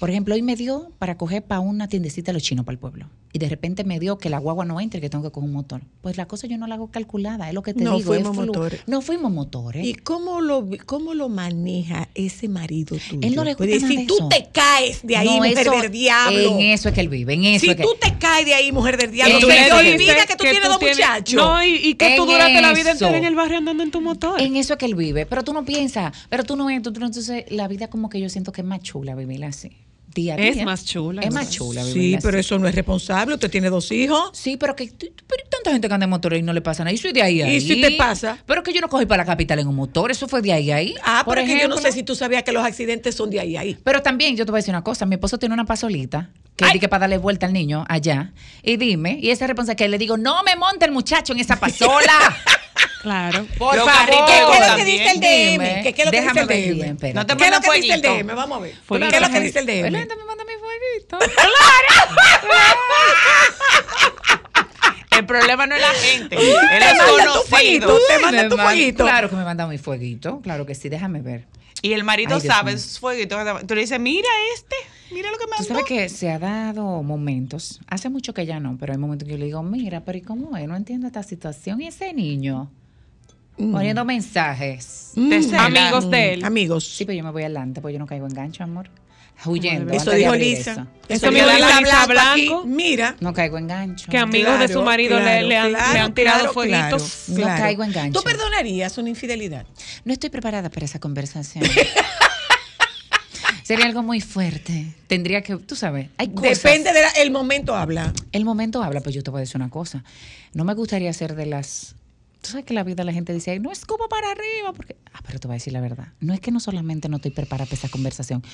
E: Por ejemplo, hoy me dio para coger para una tiendecita de los chinos para el pueblo. Y de repente me dio que la guagua no entre, que tengo que coger un motor. Pues la cosa yo no la hago calculada, es lo que te
B: No
E: digo. es
B: fuimos
E: flu-
B: motores.
E: No fuimos motores.
B: ¿Y cómo lo, vi- cómo lo maneja ese marido tuyo?
E: Él no le
B: Pues
E: gusta nada
B: si
E: de
B: tú
E: eso.
B: te caes de ahí,
E: No,
B: mujer
E: eso-
B: del diablo.
E: En eso es que él vive, en eso
B: si
E: es que... Eh,
B: tú te caes de ahí, mujer del diablo,
E: En
B: se
E: eso
B: te
E: es que-
B: olvida que tú tienes dos muchachos.
C: No, y, y que tú
E: En
C: duraste la vida
E: eso.
C: entera en el barrio andando en tu motor.
E: En eso es que él vive, pero tú no piensas, pero tú no esto, tú no- entonces la vida como que yo siento que es más chula vivirla así. Día a
C: Es
E: día.
C: más chula,
E: Es
C: ¿no?
E: más chula
B: sí,
E: vivirla
B: pero
E: así.
B: eso no es responsable. Usted tiene dos hijos.
E: Sí, pero que tú- tú- pero hay tanta gente que anda en motor y no le pasa nada. Yo soy de ahí a
B: ¿Y
E: ahí.
B: si te pasa?
E: Pero que yo no cogí para la capital en un motor, eso fue de ahí a ahí.
B: Ah,
E: por
B: pero es que yo no
E: ejemplo.
B: sé si tú sabías que los accidentes son de ahí a ahí.
E: Pero también yo te voy a decir una cosa, mi esposo tiene una pasolita que, di que para darle vuelta al niño allá, y dime, y esa respuesta que le digo, no me monte el muchacho en esa pasola.
C: Claro.
E: Por
D: Los
E: favor.
D: carritos
B: ¿Qué es lo que
D: también.
B: dice el DM?
E: Dime.
B: ¿Qué, qué es lo que
E: Déjame
B: dice
E: ver
B: el
E: bien,
B: DM?
E: espérate.
D: No te
B: ¿Qué es lo
D: pongas
B: que dice el
D: fueguito.
B: DM? Vamos a ver.
C: Fueguito.
B: ¿Qué es lo que dice el DM?
E: Belinda, me manda mi fueguito.
D: El problema no es la gente,
B: Te
D: es los
B: manda tu fueguito,
D: conocidos.
B: te
E: Me
B: manda tu
E: manda-
B: fueguito.
E: Claro que me manda mi fueguito. Claro que sí, déjame ver.
D: Y el marido
E: Ay, Dios
D: sabe,
E: mío.
D: es fueguito. Tú le dices, mira este, mira lo que me
E: Tú
D: mandó.
E: sabes que se ha dado momentos, hace mucho que ya no, pero hay momentos que yo le digo, mira, pero ¿y cómo es? No entiendo esta situación. ¿Y ese niño? Poniendo mensajes.
B: Mm.
C: celan. Amigos de él.
B: Amigos.
E: Sí, pero yo me voy adelante, porque yo no caigo en gancho, amor. Huyendo.
B: Eso
E: antes de
B: dijo
E: abrir
B: Lisa.
E: eso.
C: Eso
B: dijo
C: mismo dijo
B: Lisa
C: Lisa
B: Blanco.
C: Blanco.
B: aquí. Mira.
E: No caigo en gancho.
C: Que a mí- Amigos de su marido le- le han- le han tirado fueguitos.
E: No caigo en gancho.
B: ¿Tú perdonarías una infidelidad?
E: No estoy preparada para esa conversación. Sería algo muy fuerte. Tendría que, tú sabes, hay cosas.
B: Depende del momento habla.
E: El momento habla, pues yo te voy a decir una cosa. No me gustaría ser de las. Tú sabes que la vida de la gente dice, "Ay, no es como para arriba, porque. Ah, pero te voy a decir la verdad. No es que no solamente no estoy preparada para esa conversación.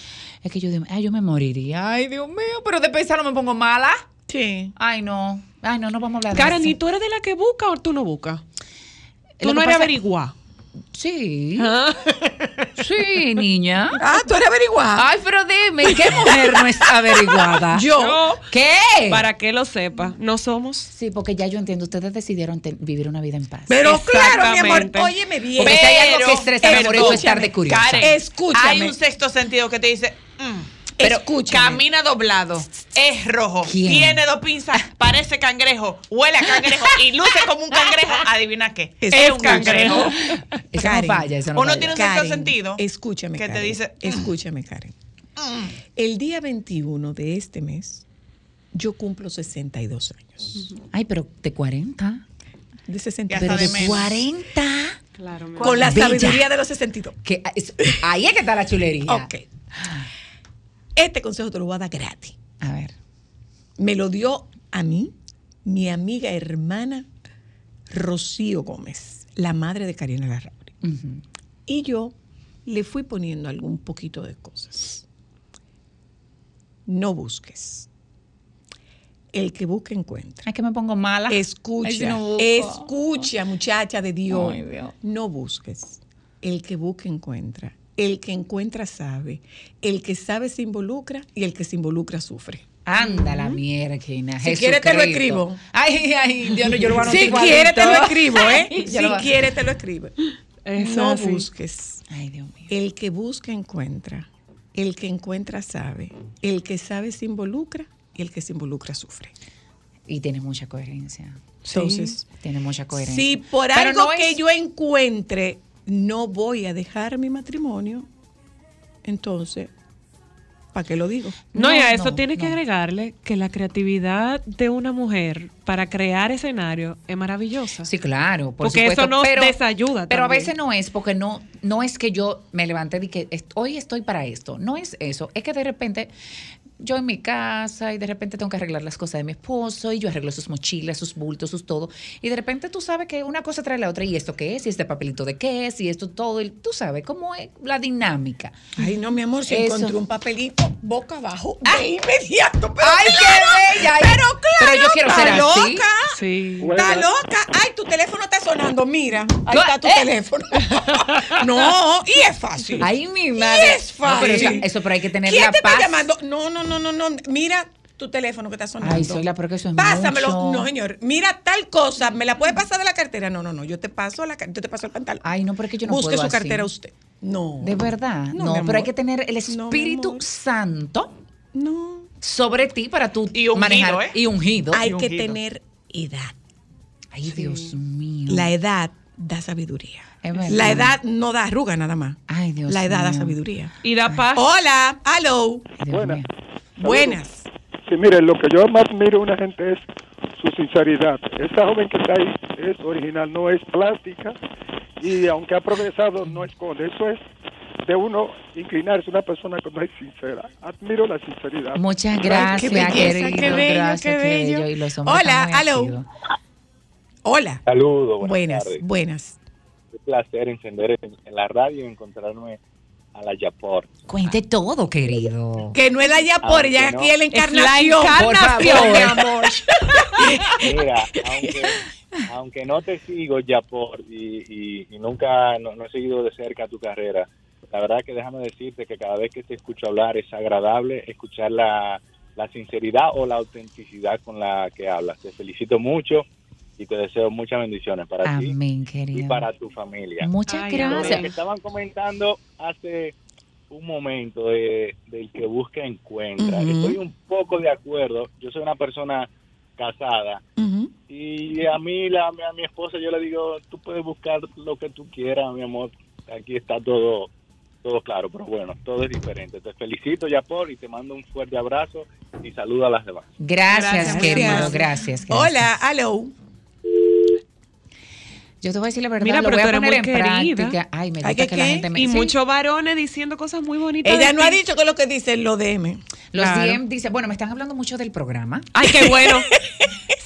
E: Es que yo digo, ay, yo me moriría. Ay, Dios mío, pero de pensar no me pongo mala.
B: Sí.
E: Ay, no. Ay, no, no vamos a hablar
C: Karen,
E: de
C: ¿y
E: eso.
C: tú eres de la que busca o tú no buscas? Tú
E: Lo
C: no
E: que
C: eres
E: pasa-
C: averiguada.
E: Sí. Sí, niña.
B: Ah, tú eres averiguada.
E: Ay, pero dime, ¿qué mujer no es averiguada?
B: Yo.
E: ¿Qué?
C: Para que lo sepa, no somos.
E: Sí, porque ya yo entiendo, ustedes decidieron te- vivir una vida en paz.
B: Pero claro, mi amor,
C: Exactamente.
B: óyeme bien.
E: Porque si hay algo que estresa, mi amor, es tú
D: escúchame,
E: estar de curiosa.
D: Karen,
B: Escúchame.
D: Hay un sexto sentido que te dice, "Mm,
B: Pero escúchame.
D: camina doblado, es rojo,
E: ¿Quién?
D: tiene dos pinzas, parece cangrejo, huele a cangrejo y luce como un cangrejo. ¿Adivina qué?
B: Es
D: Es
B: un
D: un cangrejo.
E: Eso
B: Karen,
E: no falla, eso no
D: uno
E: falla.
D: tiene un
B: Karen,
D: sexto sentido
B: Escúchame.
D: que te
B: Karen,
D: dice, "Mm".
B: Escúchame, Karen. El día 21 de este mes, yo cumplo 62 años.
E: Ay, pero de 40.
B: De
D: Ya
B: 62.
D: está
E: Pero
D: de
E: de
D: menos.
E: 40.
C: Claro, mi
B: Con la
E: Bella.
B: sabiduría de los 62.
E: Que, es- ahí es que está la chulería.
B: Ok. Este consejo te lo voy a dar gratis.
E: A ver.
B: Me lo dio a mí, mi amiga hermana Rocío Gómez, la madre de Karina Larrauri.
E: Ujú.
B: Y yo le fui poniendo algún poquito de cosas. No busques. El que busca encuentra.
E: Ay, que me pongo mala.
B: Escucha,
E: Ay, si Ah, no busco.
B: escucha, muchacha de Dios.
E: Ay, Dios.
B: No busques. El que busca encuentra. El que encuentra sabe. El que sabe se involucra y el que se involucra sufre.
E: Anda la mierda,
B: Si quieres, te lo escribo.
E: Ay, ay, Dios no, yo lo voy a anotar
B: Si
E: igualito.
B: quieres te lo escribo, ¿eh?
E: Ay,
B: Si
E: yo lo voy a-
B: quieres te lo escribo.
C: Es
B: no
C: así.
B: busques.
E: Ay, Dios mío.
B: El que busca encuentra. El que encuentra sabe. El que sabe se involucra y el que se involucra sufre.
E: Y tiene mucha coherencia.
B: Entonces,
E: Tiene mucha coherencia.
B: si por
E: Pero
B: algo
E: no
B: que
E: es-
B: yo encuentre no voy a dejar mi matrimonio, entonces, ¿para qué lo digo?
C: No,
E: No,
C: y a eso
E: no,
C: tienes que
E: no.
C: agregarle que la creatividad de una mujer para crear escenario es maravillosa.
E: Sí, claro, por
C: Porque
E: supuesto,
C: eso nos
E: pero,
C: desayuda
E: Pero a
C: también.
E: veces no es porque no no es que yo me levanté y que est- hoy estoy para esto. No es eso. Es que de repente yo en mi casa y de repente tengo que arreglar las cosas de mi esposo y yo arreglo sus mochilas, sus bultos, sus todo. Y de repente tú sabes que una cosa trae la otra y esto qué es y este papelito de qué es y esto todo. Y tú sabes cómo es la dinámica.
B: Ay, no, mi amor, si
E: Eso. Ah.
B: encontré un papelito boca abajo de inmediato. Pero
E: ¡Ay,
B: claro,
E: qué bella! Ay,
B: Pero claro,
E: pero yo quiero
B: está
E: ser así.
B: loca.
C: Sí.
B: Está loca. Ay, tu teléfono está sonando. Mira, ahí
E: No,
B: está tu
E: eh.
B: teléfono. no, y es fácil.
E: Ay, mi madre.
B: es
E: No, pero, o sea,
B: fácil.
E: eso, pero hay que tener
B: ¿Quién
E: la
B: te
E: paz.
B: está llamando? No, no, no, no, no. Mira tu teléfono que está sonando.
E: Ay, soy la, pero que eso es
B: Pásamelo.
E: mucho.
B: No, señor. Mira tal cosa. ¿Me la puede pasar de la cartera? No, no, no. Yo te paso la car- yo te paso el pantalón.
E: Ay, no, pero es que yo no
B: Busque
E: puedo
B: su
E: así.
B: cartera usted. No.
E: De verdad. No,
B: No, mi amor.
E: pero hay que tener el
B: No, mi
E: Espíritu
B: amor.
E: Santo
B: No.
E: sobre ti para tú
D: Y ungido,
E: manejar
D: ¿eh?
E: y ungido.
B: Hay
D: un
B: que
D: giro.
B: tener edad.
E: Ay, Dios mío.
B: La edad da sabiduría.
E: Es verdad.
B: La edad no da arruga nada más.
E: Ay, Dios
B: La edad da
E: mío.
B: sabiduría.
C: Y da paz.
B: Hola, hello.
E: Dios
H: Buena.
E: mío.
B: Buenas.
H: Sí, mire, lo que yo más miro una gente es su sinceridad. Esta joven que está ahí es original, no es plástica y aunque ha progresado no esconde. Eso es de uno inclinarse una persona que no es sincera. Admiro la sinceridad.
E: Muchas
B: Ay,
E: gracias,
B: qué belleza,
E: querido.
B: qué bello,
E: gracias,
B: qué bello.
E: bello. Y los hombres
B: Hola,
E: están muy
B: aló.
E: activos.
B: Hola.
I: Saludos, buenas,
B: Buenas,
I: tardes.
B: buenas.
I: Un placer encender en, en la radio y encontrarme a la Yapor.
E: Cuente todo, querido.
B: Que no es la Yapor, ya
I: Ah, no.
B: aquí es la
I: Es
E: la
B: encarnación. por
E: encarnación.
B: favor, mi amor.
I: Mira, aunque, aunque no te sigo, Yapor, y, y- y nunca no, no he seguido de cerca tu carrera, la verdad que déjame decirte que cada vez que te escucho hablar es agradable escuchar la, la sinceridad o la autenticidad con la que hablas. Te felicito mucho y te deseo muchas bendiciones para ti
E: Amén,
I: y
E: querido.
I: para tu familia.
E: Muchas
I: Ay, Lo que
E: gracias.
I: estaban comentando hace un momento de- del que busca encuentra.
B: Ujú.
I: Estoy un poco de acuerdo. Yo soy una persona casada
B: Ujú.
I: y a mí, la, a mi esposa, yo le digo, tú puedes buscar lo que tú quieras, mi amor. Aquí está todo todo claro, pero bueno, todo es diferente. Te felicito, Yapor, y te mando un fuerte abrazo y saludo a las demás.
E: Gracias,
B: Gracias,
E: querido.
B: gracias.
E: Gracias. gracias.
B: Hola, hello.
E: Yo te voy a decir la verdad.
C: Mira,
E: lo
C: pero
E: voy a
C: tú eres
E: poner
C: muy
E: en
C: querida.
E: práctica. Ay, me gusta
B: Ay, ¿qué,
E: que, la
B: qué?
E: gente me.
C: Y
E: Sí.
C: muchos varones diciendo cosas muy bonitas.
B: Ella
C: de
B: no ha
C: ti.
B: dicho que lo que dice lo DM.
E: Los
C: Claro.
E: DM dicen, bueno, me están hablando mucho del programa.
C: Ay, qué bueno.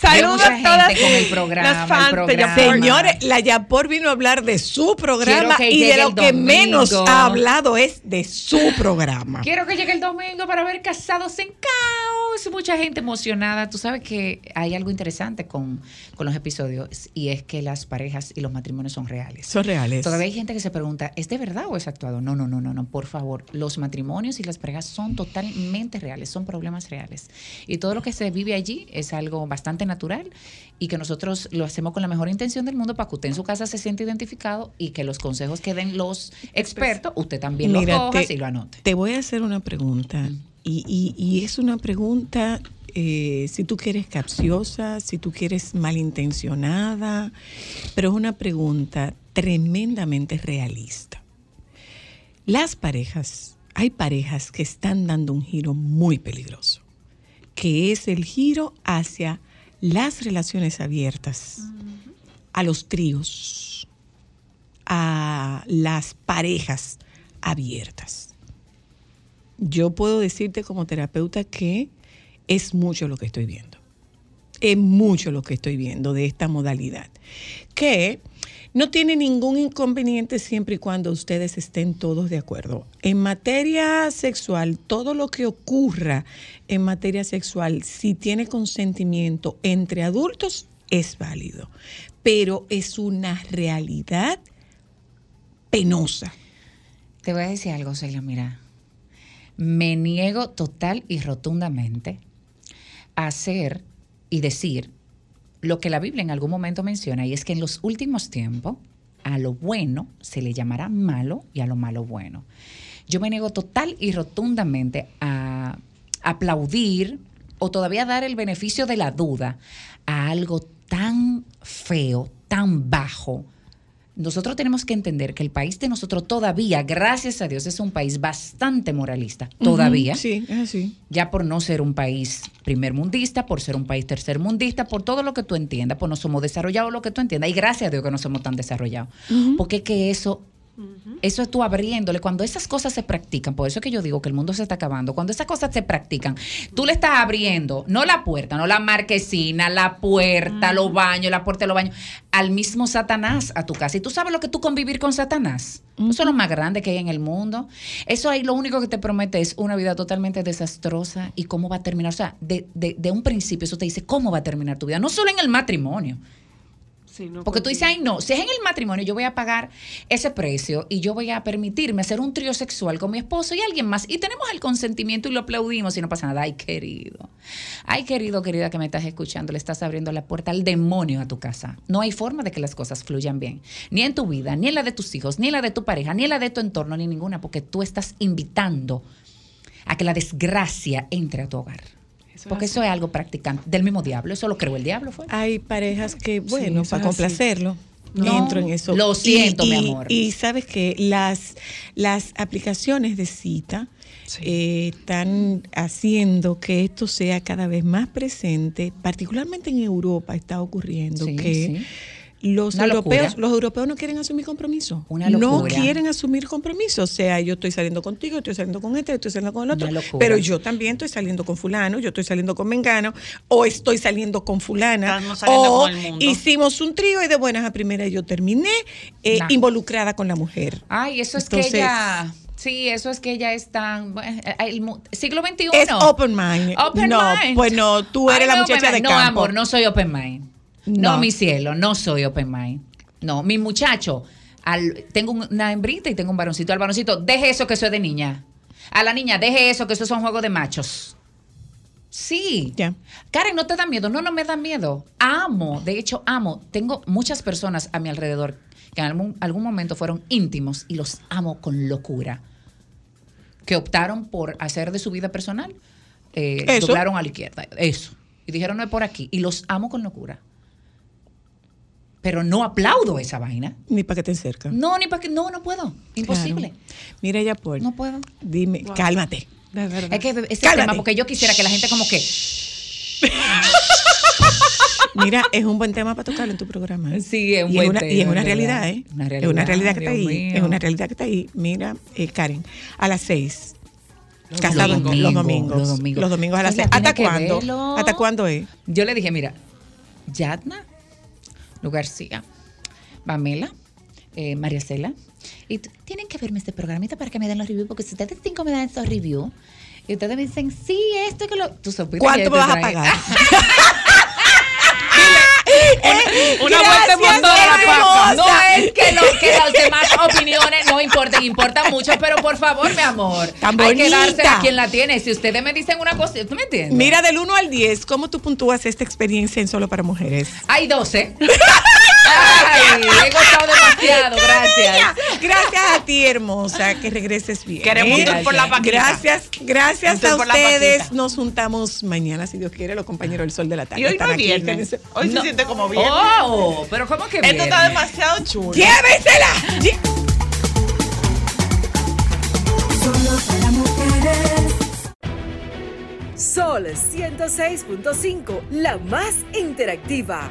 C: Saludos
E: mucha
C: a todas
E: gente con el programa,
C: las fans
E: el
C: de
E: programa.
C: Yapor.
B: Señores, la Yapor vino a hablar de su programa
E: Ah, Quiero que
B: y de
E: llegue
B: lo
E: el
B: que
E: domingo.
B: menos ha hablado es de su programa.
E: Quiero que llegue el domingo para ver Casados en Caos. Mucha gente emocionada. Tú sabes que hay algo interesante con, con los episodios y es que las parejas y los matrimonios son reales.
B: Son reales.
E: Todavía hay gente que se pregunta, ¿es de verdad o es actuado? No, no, no, no, no, por favor. Los matrimonios y las parejas son totalmente reales, son problemas reales. Y todo lo que se vive allí es algo bastante natural y que nosotros lo hacemos con la mejor intención del mundo para que usted en su casa se sienta identificado y que los consejos que den los expertos, usted también los
B: Pues, Mira,
E: coja
B: te-
E: y lo anote.
B: Te voy a hacer una pregunta y, y- y es una pregunta, eh, si tú quieres capciosa, si tú quieres malintencionada, pero es una pregunta tremendamente realista. Las parejas, hay parejas que están dando un giro muy peligroso, que es el giro hacia las relaciones abiertas, a los tríos, a las parejas abiertas. Yo puedo decirte como terapeuta que es mucho lo que estoy viendo. Es mucho lo que estoy viendo de esta modalidad. Que no tiene ningún inconveniente siempre y cuando ustedes estén todos de acuerdo. En materia sexual, todo lo que ocurra en materia sexual, si tiene consentimiento entre adultos, es válido. Pero es una realidad penosa.
E: Te voy a decir algo, Celia, mira. Me niego total y rotundamente a hacer y decir lo que la Biblia en algún momento menciona, y es que en los últimos tiempos a lo bueno se le llamará malo y a lo malo bueno. Yo me niego total y rotundamente a aplaudir o todavía dar el beneficio de la duda a algo tan feo, tan bajo, nosotros tenemos que entender que el país de nosotros todavía, gracias a Dios, es un país bastante moralista. Todavía.
B: Sí, es así.
E: Ya por no ser un país primermundista, por ser un país tercermundista, por todo lo que tú entiendas, por no somos desarrollados, lo que tú entiendas. Y gracias a Dios que no somos tan desarrollados. Porque es que eso eso es tú abriéndole. Cuando esas cosas se practican, por eso es que yo digo que el mundo se está acabando. Cuando esas cosas se practican, tú le estás abriendo, no la puerta, no la marquesina, la puerta, los baños, la puerta de los baños, al mismo Satanás a tu casa. Y tú sabes lo que tú convivir con Satanás. Eso es lo más grande que hay en el mundo. Eso ahí lo único que te promete es una vida totalmente desastrosa y cómo va a terminar. O sea, de, de- de un principio eso te dice cómo va a terminar tu vida. No solo en el matrimonio,
C: Sí, no
E: porque tú dices,
C: contigo.
E: ay, no, si es en el matrimonio, yo voy a pagar ese precio y yo voy a permitirme hacer un trío sexual con mi esposo y alguien más. Y tenemos el consentimiento y lo aplaudimos y no pasa nada. Ay, querido. Ay, querido, querida que me estás escuchando, le estás abriendo la puerta al demonio a tu casa. No hay forma de que las cosas fluyan bien. Ni en tu vida, ni en la de tus hijos, ni en la de tu pareja, ni en la de tu entorno, ni ninguna, porque tú estás invitando a que la desgracia entre a tu hogar.
C: Eso es
E: porque
C: así. Ah,
E: eso es algo practicante del mismo diablo. Eso lo creó el diablo, fue.
B: Hay parejas que, bueno,
C: eso es
B: para
C: así.
B: complacerlo.
E: No,
B: entro en eso.
E: lo
B: Y-
E: siento, mi
B: y-
E: amor.
B: Y sabes que las, las aplicaciones de cita
C: Sí.
B: eh, están haciendo que esto sea cada vez más presente, particularmente en Europa está ocurriendo
E: Sí,
B: que
E: sí.
B: los
E: Una
B: europeos,
E: locura.
B: los europeos no quieren asumir compromiso.
E: Una
B: no
E: locura.
B: quieren asumir compromiso. O sea, yo estoy saliendo contigo, estoy saliendo con este, estoy saliendo con el otro.
E: Una locura.
B: Pero yo también estoy saliendo con fulano, yo estoy saliendo con Mengano, o estoy saliendo con fulana.
D: Estamos saliendo
B: o
D: con el mundo.
B: hicimos un trío y de buenas a primeras yo terminé eh,
E: Nah. Ah.
B: involucrada con la mujer.
E: Ay, eso es
B: Entonces-
E: que ella Sí, eso es que ella es tan. bueno, eh, el mu- siglo XXI.
B: Es open mind.
E: Open
B: no,
E: mind.
B: pues no, tú eres
E: Ay,
B: la
E: no,
B: muchacha
E: open
B: de
E: mind.
B: campo.
E: No, amor, no soy open mind. No.
B: No.
E: mi cielo, no soy open mind. No, mi muchacho, al- tengo un- una hembrita y tengo un varoncito. Al varoncito, deje eso que eso es de niña. A la niña, deje eso que eso son juegos de machos. Sí. Karen, ¿no te da miedo? No, no me da miedo. Amo, de hecho, amo. Tengo muchas personas a mi alrededor que en algún, algún momento fueron íntimos y los amo con locura. Que optaron por hacer de su vida personal. eh,
B: Eso.
E: doblaron a la izquierda. Eso. Y dijeron, no es por aquí. Y los amo con locura. Pero no aplaudo esa vaina.
B: Ni para que te cerca.
E: No, ni para que. No, no puedo. Imposible.
B: Mira, ya por.
E: No puedo.
B: Dime, cálmate.
E: Es que ese
B: Cálmate.
E: tema, porque yo quisiera que la gente como que.
B: Mira, es un buen tema para tocarlo en tu programa. ¿eh?
E: Sí, es un
B: y
E: buen
B: una, Y es
E: tema,
B: una
E: es
B: realidad,
E: verdad.
B: ¿eh?
E: Una
B: Es una
E: realidad,
B: realidad que está ahí.
E: Dios mío.
B: Es una realidad que está ahí. Mira, eh, Karen, a las seis.
E: Los
B: Casado
E: domingos,
B: los domingos.
E: los domingos.
B: Los domingos a las
E: Oiga,
B: seis. ¿Hasta
E: tiene que
B: cuándo?
E: verlo.
B: ¿Hasta cuándo es?
E: Yo le dije, mira, Yadna, Lu García, Pamela, eh, María Cela, y tú- tienen que verme este programita para que me den los reviews, porque si ustedes cinco me dan esos reviews, y ustedes me dicen, sí, esto que lo... Tú supiste
B: ¿Cuánto
E: que
B: me vas a
E: trae-
B: pagar?
C: Una vuelta en motor a
B: hermosa.
C: la papa.
E: No es que, lo, que las demás opiniones no importen, importan mucho, pero por favor, mi amor,
B: Tan
E: hay que darse
B: bonita.
E: a quien la tiene. Si ustedes me dicen una cosa, ¿tú me entiendes?
B: Mira, del 1 al 10, ¿cómo tú puntúas esta experiencia en Solo para Mujeres?
E: Hay 12. Ay, he gozado demasiado, gracias.
B: Gracias a ti, hermosa, que regreses bien. ¿eh?
D: Queremos un tour por la paquita.
B: Gracias, gracias
D: Un tour
B: a
D: por la
B: ustedes.
D: paquita.
B: Nos juntamos mañana, si Dios quiere, los compañeros del Sol de la Tarde.
D: Y hoy
B: Están
D: no es
B: aquí,
D: viernes.
B: quédense.
D: Hoy
B: No.
D: se siente como viernes.
E: Oh, pero ¿cómo que
D: Esto está
E: viernes?
D: demasiado chulo.
B: ¡Llévensela! Lle-
A: solo para mujeres.
K: Sol 106.5, la más interactiva.